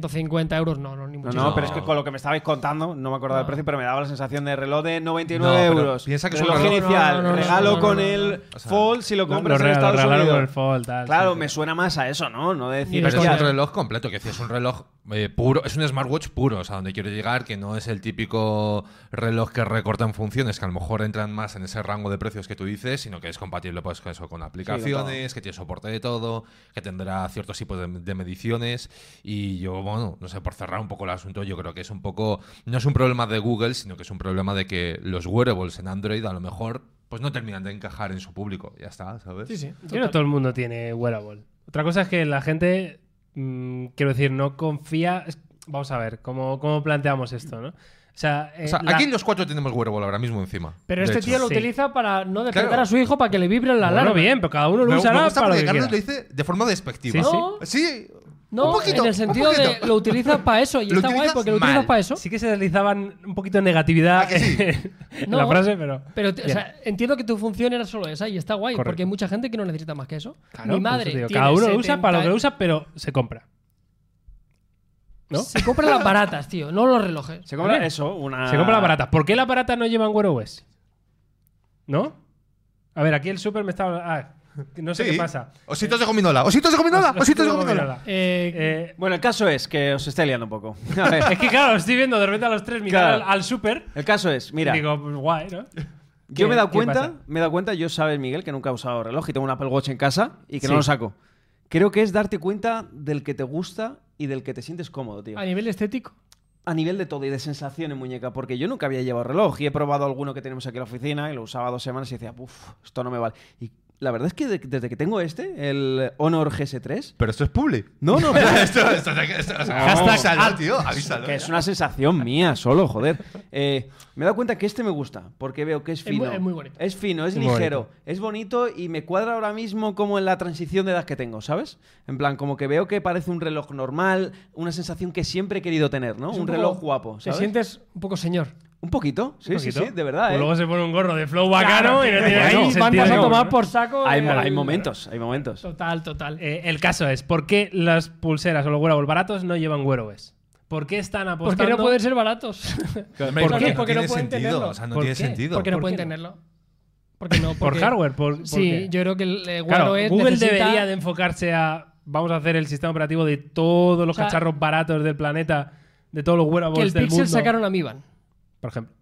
250 euros, no, no, ni
No,
mucho
no,
Muchísimo.
pero es que con lo que me estabais contando, no me acordaba del precio, pero me daba la sensación de reloj de 99
No, pero
euros.
piensa que es un
reloj
reloj.
inicial,
No, no, no, no,
regalo
no, no,
con
no, no.
el
O sea,
Fold si lo
Lo,
compras en
regalaron-
Estados
lo regalaron con el
Unidos.
Fold, tal.
Claro,
sí,
me
sí.
suena más a eso, ¿no? No de decir
Pero
Pero es
hostia,
un reloj completo, que es un reloj eh, puro, es un smartwatch puro, o sea, donde quiero llegar, que no es el típico reloj que recorta en funciones, que a lo mejor entran más en ese rango de precios que tú dices, sino que es compatible pues con eso, con aplicaciones, que tiene soporte de todo, que tendrá ciertos tipos de, de mediciones. Y yo, bueno, no sé, por cerrar un poco el asunto, yo creo que es un poco, no es un problema de Google, sino que es un problema de que los wearables en Android a lo mejor pues no terminan de encajar en su público. Ya está, ¿sabes?
Sí, sí.
Yo no todo el mundo tiene wearable. Otra cosa es que la gente, mm, quiero decir, no confía. es- Vamos a ver cómo, cómo planteamos esto, ¿no? O sea, eh,
O sea,
la-
aquí los cuatro tenemos wearable ahora mismo encima.
Pero
de
este
hecho.
tío lo
Sí.
utiliza para no despertar
Claro.
a su hijo para que le vibre la
Bueno,
alarma.
bien, pero cada uno
Me-
lo
me
usará
gusta
para lo
porque
que
Carlos
quiera.
lo dice de forma despectiva.
Sí, sí.
No, sí.
No,
un poquito,
en el
un
sentido de
poquito.
lo utiliza para eso y
Lo
está guay
utilizas
porque lo utilizas
mal.
para eso.
Sí que se deslizaban un poquito de negatividad
¿A Ah, que sí?
en
No.
la frase, pero.
Pero t- o
Bien.
sea, entiendo que tu función era solo esa y está guay
Correcto.
porque hay mucha gente que no necesita más que eso.
Claro, por
Mi
eso
madre.
te digo,
tiene
cada uno lo usa
70
para lo que lo usa, pero se compra. ¿No?
Se compra las baratas, tío, no los relojes.
Se compra
Vale.
eso, una.
Se compra la barata. ¿Por qué la barata no llevan Wear OS? ¿No? A ver, aquí el super me está. Ah, no sé
Sí.
qué pasa.
Ositos de gominola, ositos de gominola, ositos de gominola.
Gominola.
Eh,
Eh,
Bueno, el caso es que os esté liando un poco. A ver,
es que claro, estoy viendo de repente a los tres mirar
Claro.
al, al super.
el caso es, mira,
Y digo, pues, guay, ¿no?
yo me he dado
¿qué
cuenta,
pasa?
me he dado cuenta, yo sabes, Miguel, que nunca he usado reloj y tengo un Apple Watch en casa y que
Sí.
no lo saco. Creo que es darte cuenta del que te gusta y del que te sientes cómodo, tío.
a nivel estético.
A nivel de todo y de sensación en muñeca, porque yo nunca había llevado reloj y he probado alguno que tenemos aquí en la oficina y lo usaba dos semanas y decía, uff, esto no me vale. Y la verdad es que de- desde que tengo este, el Honor GS3,
Pero esto es publi.
no, no,
esto, esto, esto- o sea,
Hashtag
avísalo,
ad.
tío, avísalo.
que es una sensación mía solo, joder. Eh, me he dado cuenta que este me gusta, porque veo que es
Es muy-
fino.
es muy bonito.
Es fino, es
Muy
ligero, es bonito y me cuadra ahora mismo como en la transición de edad que tengo, ¿sabes? En plan, como que veo que parece un reloj normal, una sensación que siempre he querido tener, ¿no?
Es
Un,
poco-
reloj guapo, ¿sabes?
Te sientes un poco señor.
Un poquito, sí, sí, sí, de verdad,
Pues
¿eh?
Luego se pone un gorro de flow bacano Ah, y no tiene
ahí
ningún sentido
mandas a
ninguno,
tomar
¿no?
por saco.
Hay,
el-
hay momentos, hay momentos.
Total, total.
Eh, el caso es, ¿por qué las pulseras o los wearables baratos no llevan Wear OS? ¿Por qué están
porque
apostando?
no pueden ser baratos.
Hombre,
¿por
porque
qué?
No
Porque no pueden
tiene sentido.
tenerlo.
O sea, no
¿Por
tiene
qué?
sentido.
porque no
¿por
pueden
qué no?
tenerlo. Porque no.
Por
porque-
hardware, por, por
Sí,
qué?
yo creo que el eh,
Claro,
Wear OS
Google
necesita-
debería de enfocarse a vamos a hacer el sistema operativo de todos los
O sea,
cacharros baratos del planeta, de todos los wearables
que el
del
Pixel
mundo.
sacaron a Mi Band.
por ejemplo,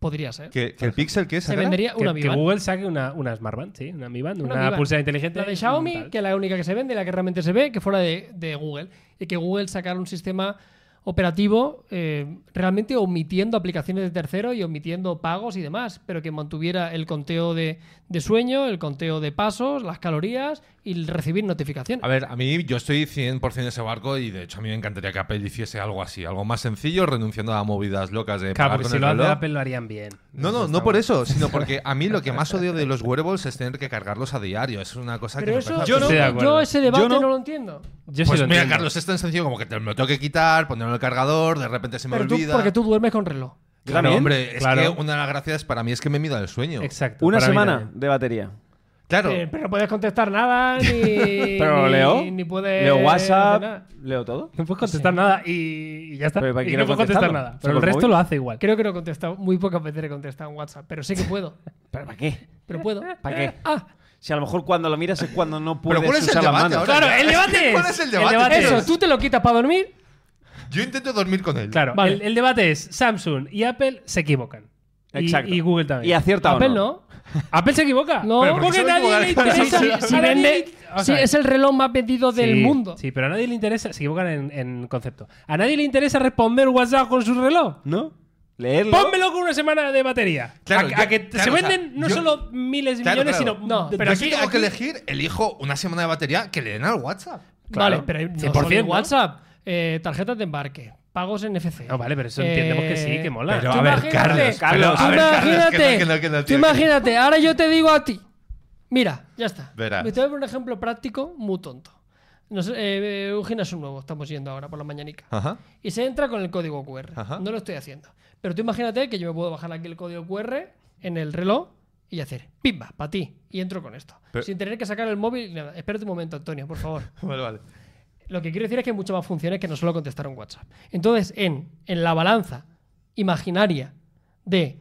Podría ser.
¿Que, que el Pixel qué es?
Se vendería
que,
una
que
Mi Band.
Google saque una, una Smart Band, sí, una Mi Band, una,
Una Mi Band.
pulsera inteligente.
La de
mm,
Xiaomi,
tal.
que es la única que se vende, la que realmente se ve, que fuera de, de Google. Y que Google sacara un sistema operativo eh, realmente omitiendo aplicaciones de tercero y omitiendo pagos y demás, pero que mantuviera el conteo de, de sueño, el conteo de pasos, las calorías y el recibir notificaciones.
A ver, a mí yo estoy 100% en ese barco y de hecho a mí me encantaría que Apple hiciese algo así, algo más sencillo, renunciando a movidas locas de
Claro,
pagar
porque
con
si
el
lo hace
reloj.
Apple lo harían bien.
No, no, no por eso, sino porque a mí lo que más odio de los wearables es tener que cargarlos a diario. Es una cosa que
pero
me
eso,
parece
Yo
yo,
no- Estoy de acuerdo.
ese debate
Yo no-
no. lo entiendo.
Yo sí
Pues
lo
mira,
entiendo.
Carlos, es tan sencillo como que te, me lo tengo que quitar, ponerlo en el cargador, de repente se me
Pero tú-
olvida.
porque tú duermes con reloj.
Yo
Claro,
también.
hombre, es
Claro.
que una de las gracias para mí es que me mida el sueño.
Exacto.
Una
para mí
semana
también.
de batería.
Claro.
Eh, Pero no puedes contestar nada, ni.
Pero lo
ni-
leo.
Ni, puedes.
leo
hacer
WhatsApp.
nada.
Leo todo.
No puedes contestar nada y, y ya está.
Pero ¿para
Y
qué
no
no
puedes contestar
contestarlo?
nada. Pero
¿Solo
el
el
resto
móvil?
lo hace igual.
Creo que no he contestado. Muy pocas veces he contestado en WhatsApp, pero sé que puedo.
¿Pero para qué?
Pero puedo.
¿Para qué?
Ah,
Si a lo mejor cuando lo miras es cuando no puedes
Pero ¿cuál es el
usar las
debate
manos.
ahora?
Claro,
ya.
el debate
¿Cuál
es-
es el
el
debate?
debate
es-
eso, tú te lo quitas para dormir.
Pues
Yo intento dormir con él.
Claro,
Vale.
el, el debate es Samsung y Apple se equivocan. Y-
Exacto.
Y, Google también.
Y acierta o
Apple
no.
no.
¿Apple se equivoca?
No. Pero
¿por qué
porque
se va a
nadie le
equivocar?
interesa.
Si,
A
si
nadie le-
vende.
Vamos
si
a ver.
es el reloj más vendido del
Sí,
mundo.
Sí, pero a nadie le interesa. Se equivocan en, en concepto. A nadie le interesa responder WhatsApp con su reloj.
¿No? Leerlo.
Pónmelo con una semana de batería.
Claro,
a,
yo-
a que
claro,
se
o sea,
venden no
yo-
solo miles y
Claro,
millones,
claro.
sino.
No, pero
Pero
aquí-
si tengo
aquí-
que elegir, elijo una semana de batería que le den al WhatsApp.
Vale, pero eh, no
100%,
solo en
¿no?
WhatsApp. eh, tarjetas de embarque, pagos en FC.
No, vale, pero eso
Eh,
entendemos que sí, que mola.
Pero
tú
a ver,
imagínate,
Carlos,
Carlos,
pero, a ver, Carlos, que
imagínate,
no, que no, que no,
tú
tío, que no.
imagínate, ahora yo te digo a ti. Mira, ya está.
Verás.
Me Te voy a poner un ejemplo práctico muy tonto. Nos, eh, eh, un gimnasio nuevo estamos yendo ahora por la mañanica.
Ajá.
Y se entra con el código QR.
Ajá.
No lo estoy haciendo. Pero tú imagínate que yo me puedo bajar aquí el código QR en el reloj y hacer pimba, para ti. Y entro con esto.
Pero-
Sin tener que sacar el móvil. ni Nada. Espérate un momento, Antonio, por favor.
Vale, vale.
Lo que quiero decir es que hay muchas más funciones que no solo contestar un WhatsApp. Entonces, en, en la balanza imaginaria de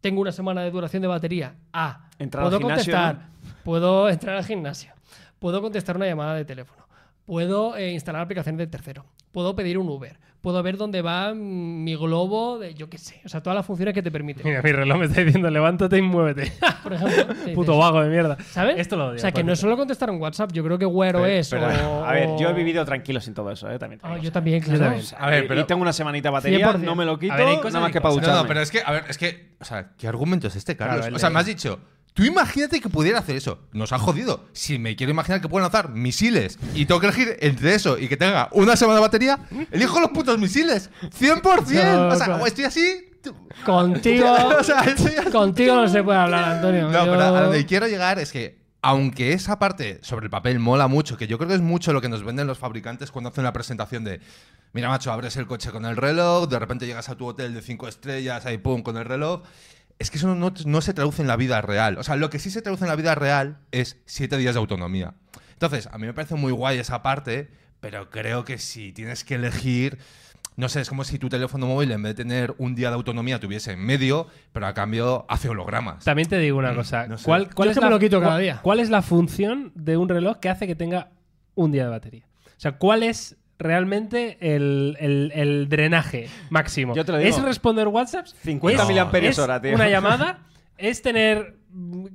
tengo una semana de duración de batería a
Entrar al
puedo
gimnasio,
contestar, puedo entrar al gimnasio, puedo contestar una llamada de teléfono, puedo eh, instalar aplicaciones de tercero, puedo pedir un Uber, puedo ver dónde va mm, mi globo, de yo qué sé, o sea, todas las funciones que te permiten.
Mira, mi reloj me está diciendo levántate y muévete.
Por ejemplo, te dices,
Puto vago de mierda.
¿sabes?
Esto lo odio.
o sea, que
por
no es
cierto.
solo contestar un WhatsApp, yo creo que Wear OS
pero,
o-
A ver, yo he vivido tranquilo sin todo eso, ¿eh? También. te
Oh. Ah,
digo,
yo
o sea,
también, claro.
también.
y-
A ver, pero-
y tengo una semanita de batería,
100%.
no me lo quito,
A ver, hay cosas
nada más
y
que para
cosas.
ducharme.
No, no, pero es que, a ver, es que, o sea, ¿qué argumento es este, Carlos?
Claro, el
o sea,
de-
me has dicho, tú imagínate que pudiera hacer eso. Nos ha jodido. Si me quiero imaginar que pueden lanzar misiles y tengo que elegir entre eso y que tenga una semana de batería, elijo los putos misiles. 100%. o sea,
No,
o estoy así. tú-
Contigo.
o sea, estoy así.
Contigo no se puede hablar, Antonio.
No,
Yo-
pero a donde quiero llegar es que, aunque esa parte sobre el papel mola mucho, que yo creo que es mucho lo que nos venden los fabricantes cuando hacen la presentación de. Mira, macho, abres el coche con el reloj, de repente llegas a tu hotel de cinco estrellas, ahí pum, con el reloj. Es que eso no, no se traduce en la vida real. O sea, lo que sí se traduce en la vida real es siete días de autonomía. Entonces, a mí me parece muy guay esa parte, pero creo que si tienes que elegir, no sé, es como si tu teléfono móvil en vez de tener un día de autonomía tuviese medio, pero a cambio hace hologramas.
También te digo una cosa.
Eh, no sé.
¿Cuál, cuál
Yo
es
es que
la,
me lo quito cada
cuál-
día.
¿Cuál es la función de un reloj que hace que tenga un día de batería? O sea, ¿cuál es realmente el, el- el drenaje máximo?
Yo te lo digo.
¿Es responder WhatsApps?
50
¿Es-
miliamperios
es
hora, tío.
¿Una llamada? ¿Es tener. mm,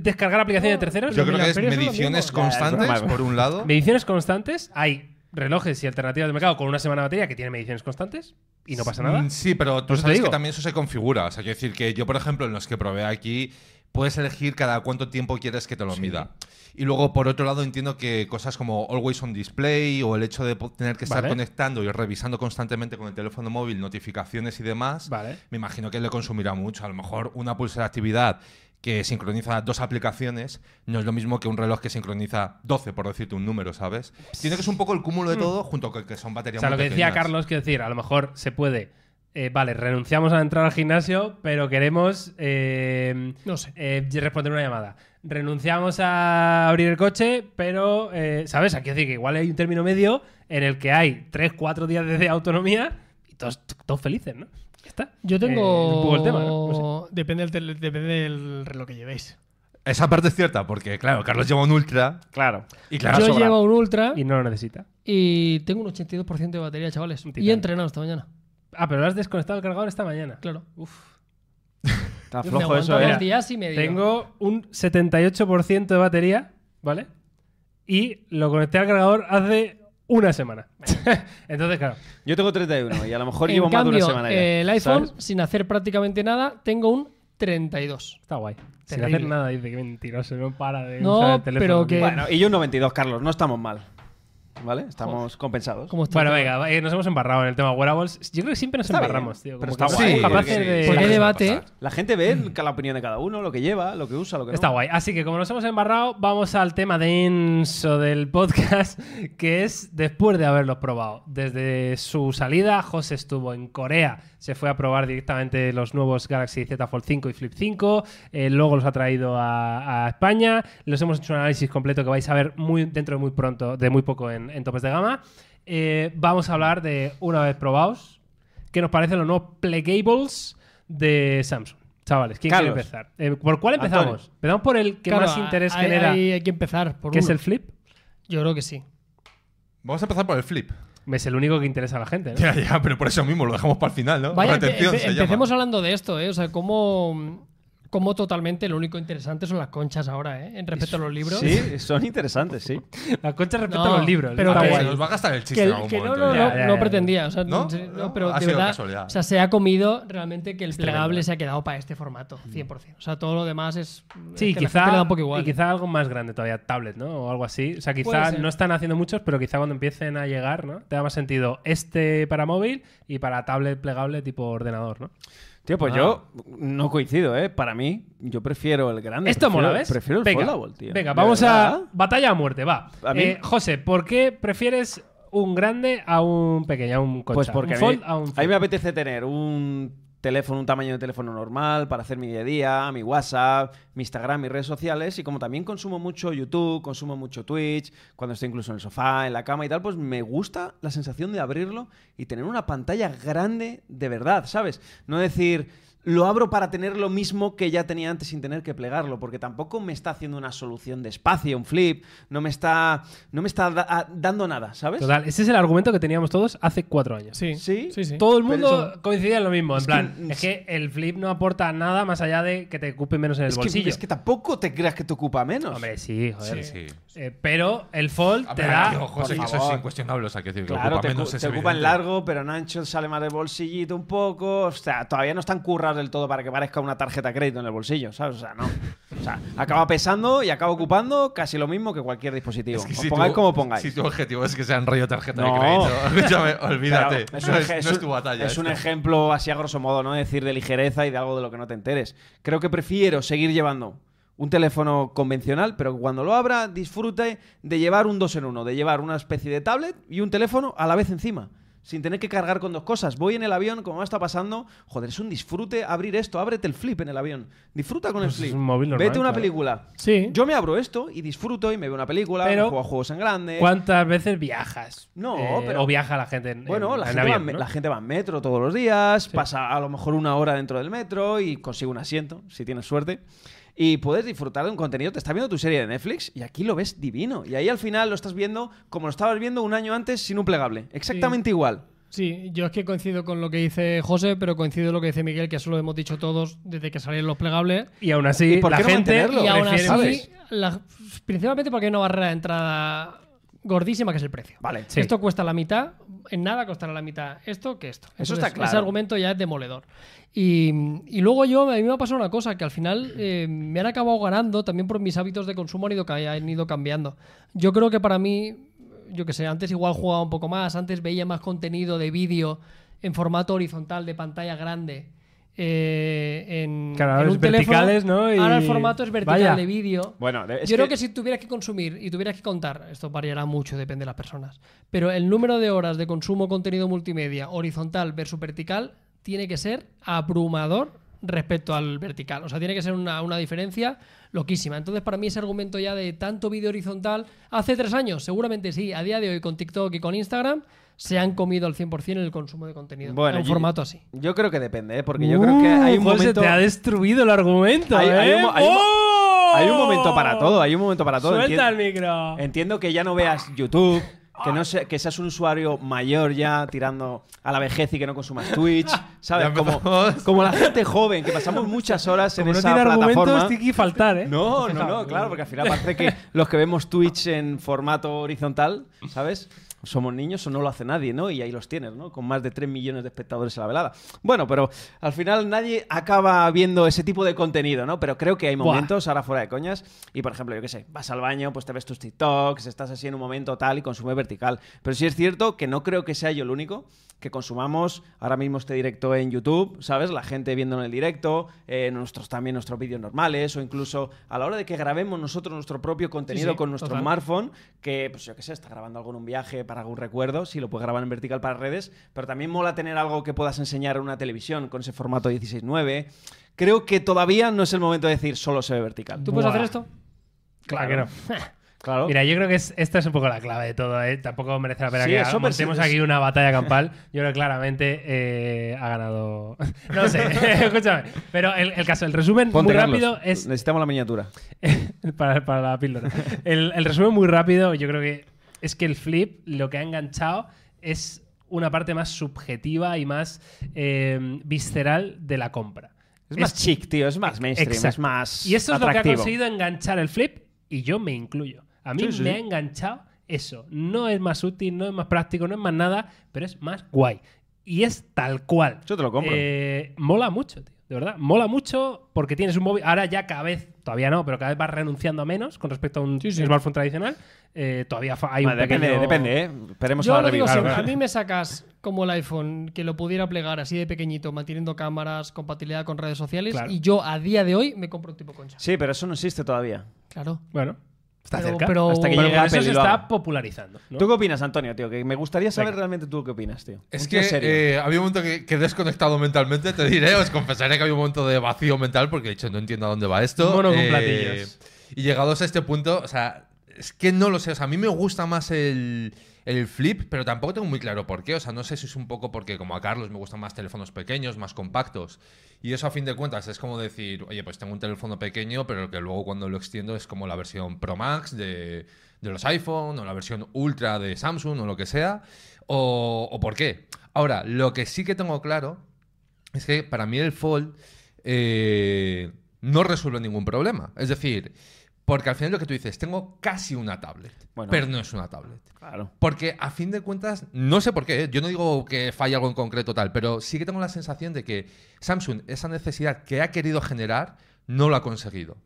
descargar aplicaciones de terceros?
Yo creo que es
Pero es lo
mediciones
mismo.
constantes,
Ya, es broma.
por un lado.
Mediciones constantes. Hay relojes y alternativas de mercado con una semana de batería que tiene mediciones constantes y no pasa nada.
Mm, Sí, pero tú
Pues te
sabes que
digo.
también eso se configura. O sea, quiero decir que yo, por ejemplo, en los que probé aquí, puedes elegir cada cuánto tiempo quieres que te lo mida. Y luego, por otro lado, entiendo que cosas como Always on Display o el hecho de po- tener que estar
Vale.
conectando y revisando constantemente con el teléfono móvil notificaciones y demás,
Vale.
me imagino que le consumirá mucho. A lo mejor una pulsera de actividad que sincroniza dos aplicaciones no es lo mismo que un reloj que sincroniza 12, por decirte un número, ¿sabes? Tiene que ser un poco el cúmulo de todo junto con que son
O
baterías
sea, lo
muy
que decía
pequeñas.
Carlos, quiero decir, a lo mejor se puede. eh, vale, renunciamos a entrar al gimnasio, pero queremos eh,
No sé.
eh, responder una llamada. Renunciamos a abrir el coche, pero, eh, ¿sabes? Aquí decir que igual hay un término medio en el que hay 3, 4 días de autonomía y todos, todos felices, ¿no? Ya está.
Yo
Eh, es
tengo.
un poco el tema, ¿no? No sé.
depende, del tele- depende del reloj que llevéis.
Esa parte es cierta, porque claro, Carlos lleva un ultra
Claro.
y claro,
Yo
sobra.
llevo un Ultra
Y
y,
no lo necesita.
tengo un 82% de batería, chavales.
Un
Y he
titán.
entrenado esta mañana.
Ah, pero lo has desconectado el cargador esta mañana.
Claro.
Está
Me
flojo
aguanto
eso,
dos
era.
¿eh?
días y medio.
Tengo un 78% de batería, ¿vale? Y lo conecté al cargador hace una semana. Entonces, claro.
Yo tengo 31 y a lo mejor
En
llevo más de
cambio,
una semana ya.
eh, el iPhone,
¿sabes?
sin hacer prácticamente nada, tengo un 32.
Está guay. Sin
Terrible.
hacer nada, dice que mentiroso, no para de
No,
usar el teléfono.
pero que-
Bueno, y yo un 92, Carlos, no estamos mal. ¿Vale? Estamos compensados.
¿Cómo está?
Bueno, venga, va, eh, nos hemos embarrado en el tema wearables. Yo creo que siempre nos
Está bien,
embarramos, tío. como
pero está
que
guay,
somos capaces
porque-
de-
sí,
¿Por qué
sí,
debate?
va a pasar.
La gente ve el- la opinión de cada uno, lo que lleva, lo que usa, lo que no.
Mm. Está guay. Así que como nos hemos embarrado, vamos al tema denso del podcast, que es después de haberlos probado. Desde su salida, José estuvo en Corea se fue a probar directamente los nuevos Galaxy Z Fold 5 y Flip 5. eh, luego los ha traído a, a España. Los hemos hecho un análisis completo que vais a ver muy, dentro de muy pronto, de muy poco en, en topes de gama. Eh, vamos a hablar de, una vez probados, qué nos parecen los nuevos plegables de Samsung. Chavales, ¿quién
Carlos.
quiere empezar? Eh, ¿Por cuál empezamos?
Antonio.
Empezamos por el que
Claro,
más interés
hay-
genera,
Hay, hay que empezar por
que es
uno.
el flip.
Yo creo que sí.
Vamos a empezar por el flip.
Es el único que interesa a la gente, ¿no?
Ya, ya, pero por eso mismo lo dejamos para el final, ¿no?
Vaya, empe-
Retención
empe-
se llama.
empecemos hablando de esto, ¿eh? O sea, cómo, cómo totalmente lo único interesante son las conchas ahora, ¿eh? En respecto a los libros.
Sí, son interesantes, sí.
La concha respeta
No,
los libros.
pero
está
que-
Ah,
guay.
se nos va a gastar el chiste
Que,
en
el-
algún
que no,
momento.
ya.
no, no,
Ya, ya,
no
ya.
pretendía. O sea,
¿No?
se- no,
No,
pero
ha
de
sido
verdad,
casualidad.
O sea, se ha comido realmente que el
tremendo.
plegable se ha quedado para este formato, 100%. O sea, todo lo demás es.
Sí,
es que la
quizá,
gente le da un poco igual. ¿eh?
y quizá algo más grande todavía, tablet, ¿no? O algo así. O sea,
Puede
quizá
ser.
no están haciendo muchos, pero quizá cuando empiecen a llegar, ¿no? Te da más sentido este para móvil y para tablet plegable tipo ordenador, ¿no?
Tío, pues yo
Ah.
no coincido, ¿eh? Para mí, yo prefiero el grande.
Esto
prefiero,
mola, ¿ves?
Prefiero el
venga,
foldable, tío.
Venga,
¿De
vamos a...
verdad?
Batalla a muerte, va.
A mí-
Eh, José, ¿por qué prefieres un grande a un pequeño, a un concha?
Pues porque
un
a mí,
fold a un
a mí
flip.
me apetece tener un teléfono, un tamaño de teléfono normal para hacer mi día a día, mi WhatsApp, mi Instagram, mis redes sociales. Y como también consumo mucho YouTube, consumo mucho Twitch, cuando estoy incluso en el sofá, en la cama y tal, pues me gusta la sensación de abrirlo y tener una pantalla grande de verdad, ¿sabes? No decir, lo abro para tener lo mismo que ya tenía antes sin tener que plegarlo, porque tampoco me está haciendo una solución de espacio, un flip, no me está, no me está da- a- dando nada, ¿sabes?
Total, ese es el argumento que teníamos todos hace cuatro años.
¿eh? Sí,
Sí.
sí, sí.
Todo el
Pero
mundo
eso-
coincidía en lo mismo. En
Es
plan,
que-
es que el flip no aporta nada más allá de que te ocupe menos en el
Es que,
bolsillo.
es que tampoco te creas que te ocupa menos.
Hombre, sí, joder.
Sí, sí.
Eh, pero el fold
A
te
ver,
da.
tío, José,
por
que eso es
favor.
incuestionable. O sea, que decir, que
Claro,
ocupa
te,
menos
ocu-
es
te ocupan
evidente.
largo, pero en ancho sale más del bolsillito un poco. O sea, todavía no están currados del todo para que parezca una tarjeta de crédito en el bolsillo, ¿sabes? O sea, no. O sea, acaba pesando y acaba ocupando casi lo mismo que cualquier dispositivo.
Es que
Os
si
pongáis
tu-
como pongáis.
Si tu objetivo es que sean rollo tarjeta
No.
de crédito, escúchame,
Pero
olvídate.
es
no,
un
es,
eje- es
no es
un-
tu batalla. ¿eh?
es un
esto.
ejemplo así a grosso modo, ¿no? Decir de ligereza y de algo de lo que no te enteres. Creo que prefiero seguir llevando un teléfono convencional, pero que cuando lo abra disfrute de llevar un dos en uno, de llevar una especie de tablet y un teléfono a la vez encima. Sin tener que cargar con dos cosas. Voy en el avión, como me está pasando. Joder, es un disfrute abrir esto. Ábrete el flip en el avión. Disfruta con
Pues es
el flip.
un móvil normal,
Vete a una
claro.
película.
Sí.
Yo me abro esto y disfruto y me veo una película,
Pero-
me juego a juegos en grande.
¿Cuántas veces viajas?
No,
Eh,
pero-
O viaja la gente en.
Bueno,
en-
la,
en
gente va,
avión,
en me-
¿no?
la gente va en metro todos los días, pasa a lo mejor una hora dentro del metro y consigue un asiento, si tienes suerte. Y puedes disfrutar de un contenido. Te está viendo tu serie de Netflix y aquí lo ves divino. Y ahí al final lo estás viendo como lo estabas viendo un año antes sin un plegable. Exactamente igual.
Sí, yo es que coincido con lo que dice José, pero coincido con lo que dice Miguel, que eso lo hemos dicho todos desde que salieron los plegables.
Y aún así,
¿Y por
la
qué no
gente.
mantenerlo?
y aún
prefiere-
así, la- principalmente porque hay una barrera de entrada gordísima que es el precio.
Vale.
Sí.
Esto cuesta la mitad, en nada costará la mitad esto que esto.
Eso está claro.
Ese argumento ya es demoledor. Y, y luego yo, a mí me ha pasado una cosa, que al final eh, me han acabado ganando también por mis hábitos de consumo han ido, ca- han ido cambiando. Yo creo que para mí, yo que sé, antes igual jugaba un poco más, antes veía más contenido de vídeo en formato horizontal de pantalla grande. eh, en,
Claro,
en
ahora
un
es
teléfono.
verticales, ¿no? Y-
Ahora el formato es vertical
Vaya.
de vídeo.
Bueno,
Yo
es
creo
que-
que si tuvieras que consumir y tuvieras que contar, esto variará mucho, depende de las personas, pero el número de horas de consumo contenido multimedia horizontal versus vertical tiene que ser abrumador respecto al vertical. O sea, tiene que ser una, una diferencia loquísima. Entonces, para mí ese argumento ya de tanto vídeo horizontal, hace tres años, seguramente sí, a día de hoy con TikTok y con Instagram, se han comido al 100% el consumo de contenido.
Bueno,
en un
yo-
formato así.
Yo creo que depende, ¿eh? porque yo creo que hay un
Uh, José,
momento.
te ha destruido el argumento.
Hay- hay
¿eh?
un mo- hay un mo-
¡Oh!
Hay un momento para todo, hay un momento para todo.
Suelta
Entien-
el micro.
Entiendo que ya no veas YouTube, que no se- que seas un usuario mayor ya tirando a la vejez y que no consumas Twitch, ¿sabes?
Ya
Como,
empezamos.
como la gente joven, que pasamos muchas horas
Como
en
no
esa
tiene argumentos,
plataforma.
tiene que faltar, ¿eh?
No, no, no, claro, porque al final parece que los que vemos Twitch en formato horizontal, ¿sabes? Somos niños o no lo hace nadie, ¿no? Y ahí los tienes, ¿no? Con más de 3 millones de espectadores a la velada. Bueno, pero al final nadie acaba viendo ese tipo de contenido, ¿no? Pero creo que hay
Buah.
momentos, ahora fuera de coñas, y por ejemplo, yo qué sé, vas al baño, pues te ves tus TikToks, estás así en un momento tal y consume vertical. Pero sí es cierto que no creo que sea yo el único que consumamos ahora mismo este directo en YouTube, ¿sabes? La gente viendo en el directo, eh, nuestros, también nuestros vídeos normales, o incluso a la hora de que grabemos nosotros nuestro propio contenido
sí,
con nuestro
total.
smartphone, que, pues yo qué sé, está grabando algo en un viaje para algún recuerdo, si lo puedes grabar en vertical para redes, pero también mola tener algo que puedas enseñar en una televisión con ese formato 16.9. Creo que todavía no es el momento de decir solo se ve vertical.
¿Tú puedes
Buah.
hacer esto?
Claro que no.
Claro.
Mira, yo creo que es- esta es un poco la clave de todo. ¿eh? Tampoco merece la pena
Sí,
que
eso
ha-
persi-
montemos aquí una batalla campal. Yo creo que claramente eh, ha ganado. No sé, escúchame. Pero el, el caso, el resumen muy
Ponte, Carlos.
rápido es.
Necesitamos la miniatura.
para, para la píldora. El, el resumen muy rápido, yo creo que es que el flip lo que ha enganchado es una parte más subjetiva y más eh, visceral de la compra.
Es más chic, tío, es más mainstream, es
e-, Exacto.
más
Y eso es lo que ha
atractivo.
conseguido enganchar el flip y yo me incluyo. A mí
Sí, sí,
me
sí.
ha enganchado eso. No es más útil, no es más práctico, no es más nada, pero es más guay. Y es tal cual.
Yo te lo compro.
Eh, mola mucho, tío. De verdad, mola mucho porque tienes un móvil. Ahora ya cada vez, todavía no, pero cada vez vas renunciando a menos con respecto a un
Sí, sí.
smartphone tradicional. Eh, todavía fa- hay
Vale,
un
depende,
pequeño-
depende, ¿eh? Esperemos a
Yo
la
lo digo
review.
siempre,
claro.
a mí me sacas como el iPhone que lo pudiera plegar así de pequeñito, manteniendo cámaras, compatibilidad con redes sociales,
Claro.
y yo a día de hoy me compro un tipo concha.
Sí, pero eso no existe todavía.
Claro.
Bueno, está
Pero-
cerca.
pero-
Hasta que
Pero
llegue
por eso
Apple y
se
lo haga.
está popularizando. ¿no?
¿Tú qué opinas, Antonio, tío? Que me gustaría saber
Venga.
realmente tú qué opinas, tío.
Es
Un
que
tío serio.
eh, había un momento que, que he desconectado mentalmente, te diré, os confesaré que había un momento de vacío mental porque de hecho no entiendo a dónde va esto.
Mono con
Eh,
platillos.
Y llegados a este punto, o sea, es que no lo sé, o sea, a mí me gusta más el, el flip, pero tampoco tengo muy claro por qué, o sea, no sé si es un poco porque como a Carlos me gustan más teléfonos pequeños, más compactos. Y eso a fin de cuentas es como decir, oye, pues tengo un teléfono pequeño, pero que luego cuando lo extiendo es como la versión Pro Max de, de los iPhone o la versión Ultra de Samsung o lo que sea. O, o por qué. Ahora, lo que sí que tengo claro es que para mí el Fold eh, no resuelve ningún problema. Es decir, porque al final lo que tú dices, tengo casi una tablet,
Bueno.
pero no es una tablet.
Claro.
Porque a fin de cuentas, no sé por qué, ¿eh? yo no digo que falle algo en concreto tal, pero sí que tengo la sensación de que Samsung esa necesidad que ha querido generar no lo ha conseguido.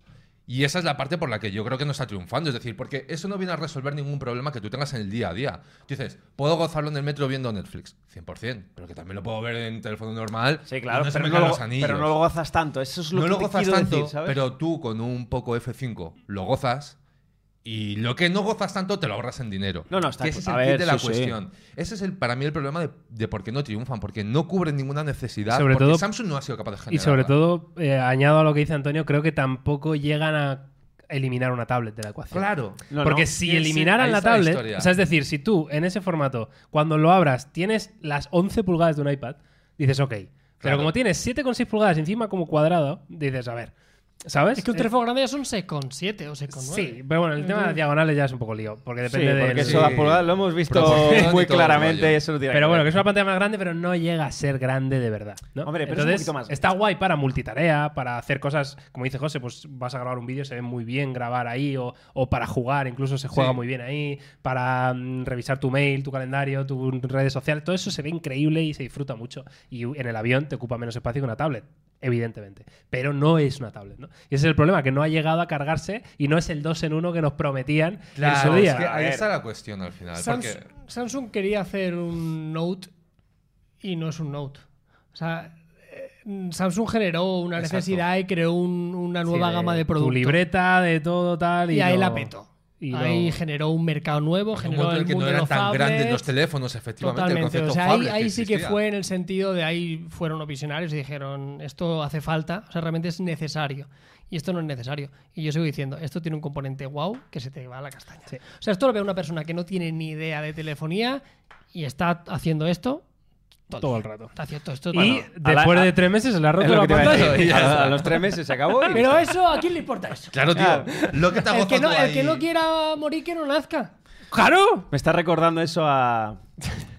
Y esa es la parte por la que yo creo que no está triunfando. Es decir, porque eso no viene a resolver ningún problema que tú tengas en el día a día. Tú dices, puedo gozarlo en el metro viendo Netflix, 100%, pero que también lo puedo ver en teléfono normal.
Sí, claro,
y no se
pero,
me
no
caen
lo,
los anillos.
pero no lo gozas tanto. Eso es lo
No
que
lo
te
gozas
quiero
tanto,
decir, ¿sabes?
pero tú con un poco F5 lo gozas y lo que no gozas tanto te lo ahorras en dinero.
No, no, está-
Que ese es el
a
kit
ver,
de la
sí, sí.
cuestión. Ese es el, para mí el problema de, de por qué no triunfan, porque no cubren ninguna necesidad.
Sobre
porque
todo-
Samsung no ha sido capaz de generar.
Y sobre todo, eh, añado a lo que dice Antonio, creo que tampoco llegan a eliminar una tablet de la ecuación.
Claro.
No,
Porque
no.
si
Sí, sí,
eliminaran
ahí
la
está la
tablet,
historia.
o sea, es decir, si tú en ese formato, cuando lo abras, tienes las 11 pulgadas de un iPad, dices, ok. Pero
Claro.
como tienes 7,6 pulgadas encima como cuadrado, dices, a ver, ¿sabes?
Es que un
Eh,
teléfono grande ya son 6,7 o 6,9.
Sí, pero bueno, el tema de las diagonales ya es un poco lío, porque
Sí,
depende
porque
de...
eso
Sí.
la pulgada lo hemos visto
Proporción y
muy
todo el
claramente.
rollo.
Eso no tiene
Pero
que
bueno,
ver.
que es una pantalla más grande, pero no llega a ser grande de verdad. ¿no?
Hombre, pero es un poquito más grande.
Está guay para multitarea, para hacer cosas, como dice José, pues vas a grabar un vídeo, se ve muy bien grabar ahí, o, o para jugar, incluso se juega
Sí.
muy bien ahí, para mm, revisar tu mail, tu calendario, tus redes sociales, todo eso se ve increíble y se disfruta mucho. Y en el avión te ocupa menos espacio que una tablet. Evidentemente, pero no es una tablet, ¿no? Y ese es el problema, que no ha llegado a cargarse y no es el 2 en 1 que nos prometían en
Claro,
su día.
es que
A
ahí
ver.
está la cuestión al final.
Samsung,
porque-
Samsung quería hacer un Note y no es un Note. O sea, eh, Samsung generó una
Exacto.
necesidad y creó un- una
Sí,
nueva gama de
Tu
productos.
libreta, de todo tal. Y,
y ahí
lo-
la peto.
y
ahí
lo-
generó un mercado nuevo,
en un
generó
momento en
el
el que
mundo
no
de
eran
los
tan grandes
tablamente.
los teléfonos, efectivamente. el
Totalmente.
concepto
O sea, ahí,
phablet que
ahí sí que
existía.
fue en el sentido de ahí fueron los visionarios y dijeron esto hace falta, o sea, realmente es necesario. Y esto no es necesario. Y yo sigo diciendo, esto tiene un componente wow que se te va a la castaña.
Sí.
O sea, esto lo ve una persona que no tiene ni idea de telefonía y está haciendo esto todo,
Todo el
día.
rato.
Está haciendo esto todo el
Y
día.
a la-
después
a-
de tres meses se le ha
Es
roto
lo
la
que te iba a
pantalla.
decir. A a los tres meses se acabó. y
Pero eso, ¿a quién le importa eso?
Claro, tío.
Claro.
Lo que te
El
gozo
que, no,
tú
el que
ahí-
no quiera morir, que no nazca.
¡Claro!
Me está recordando eso a,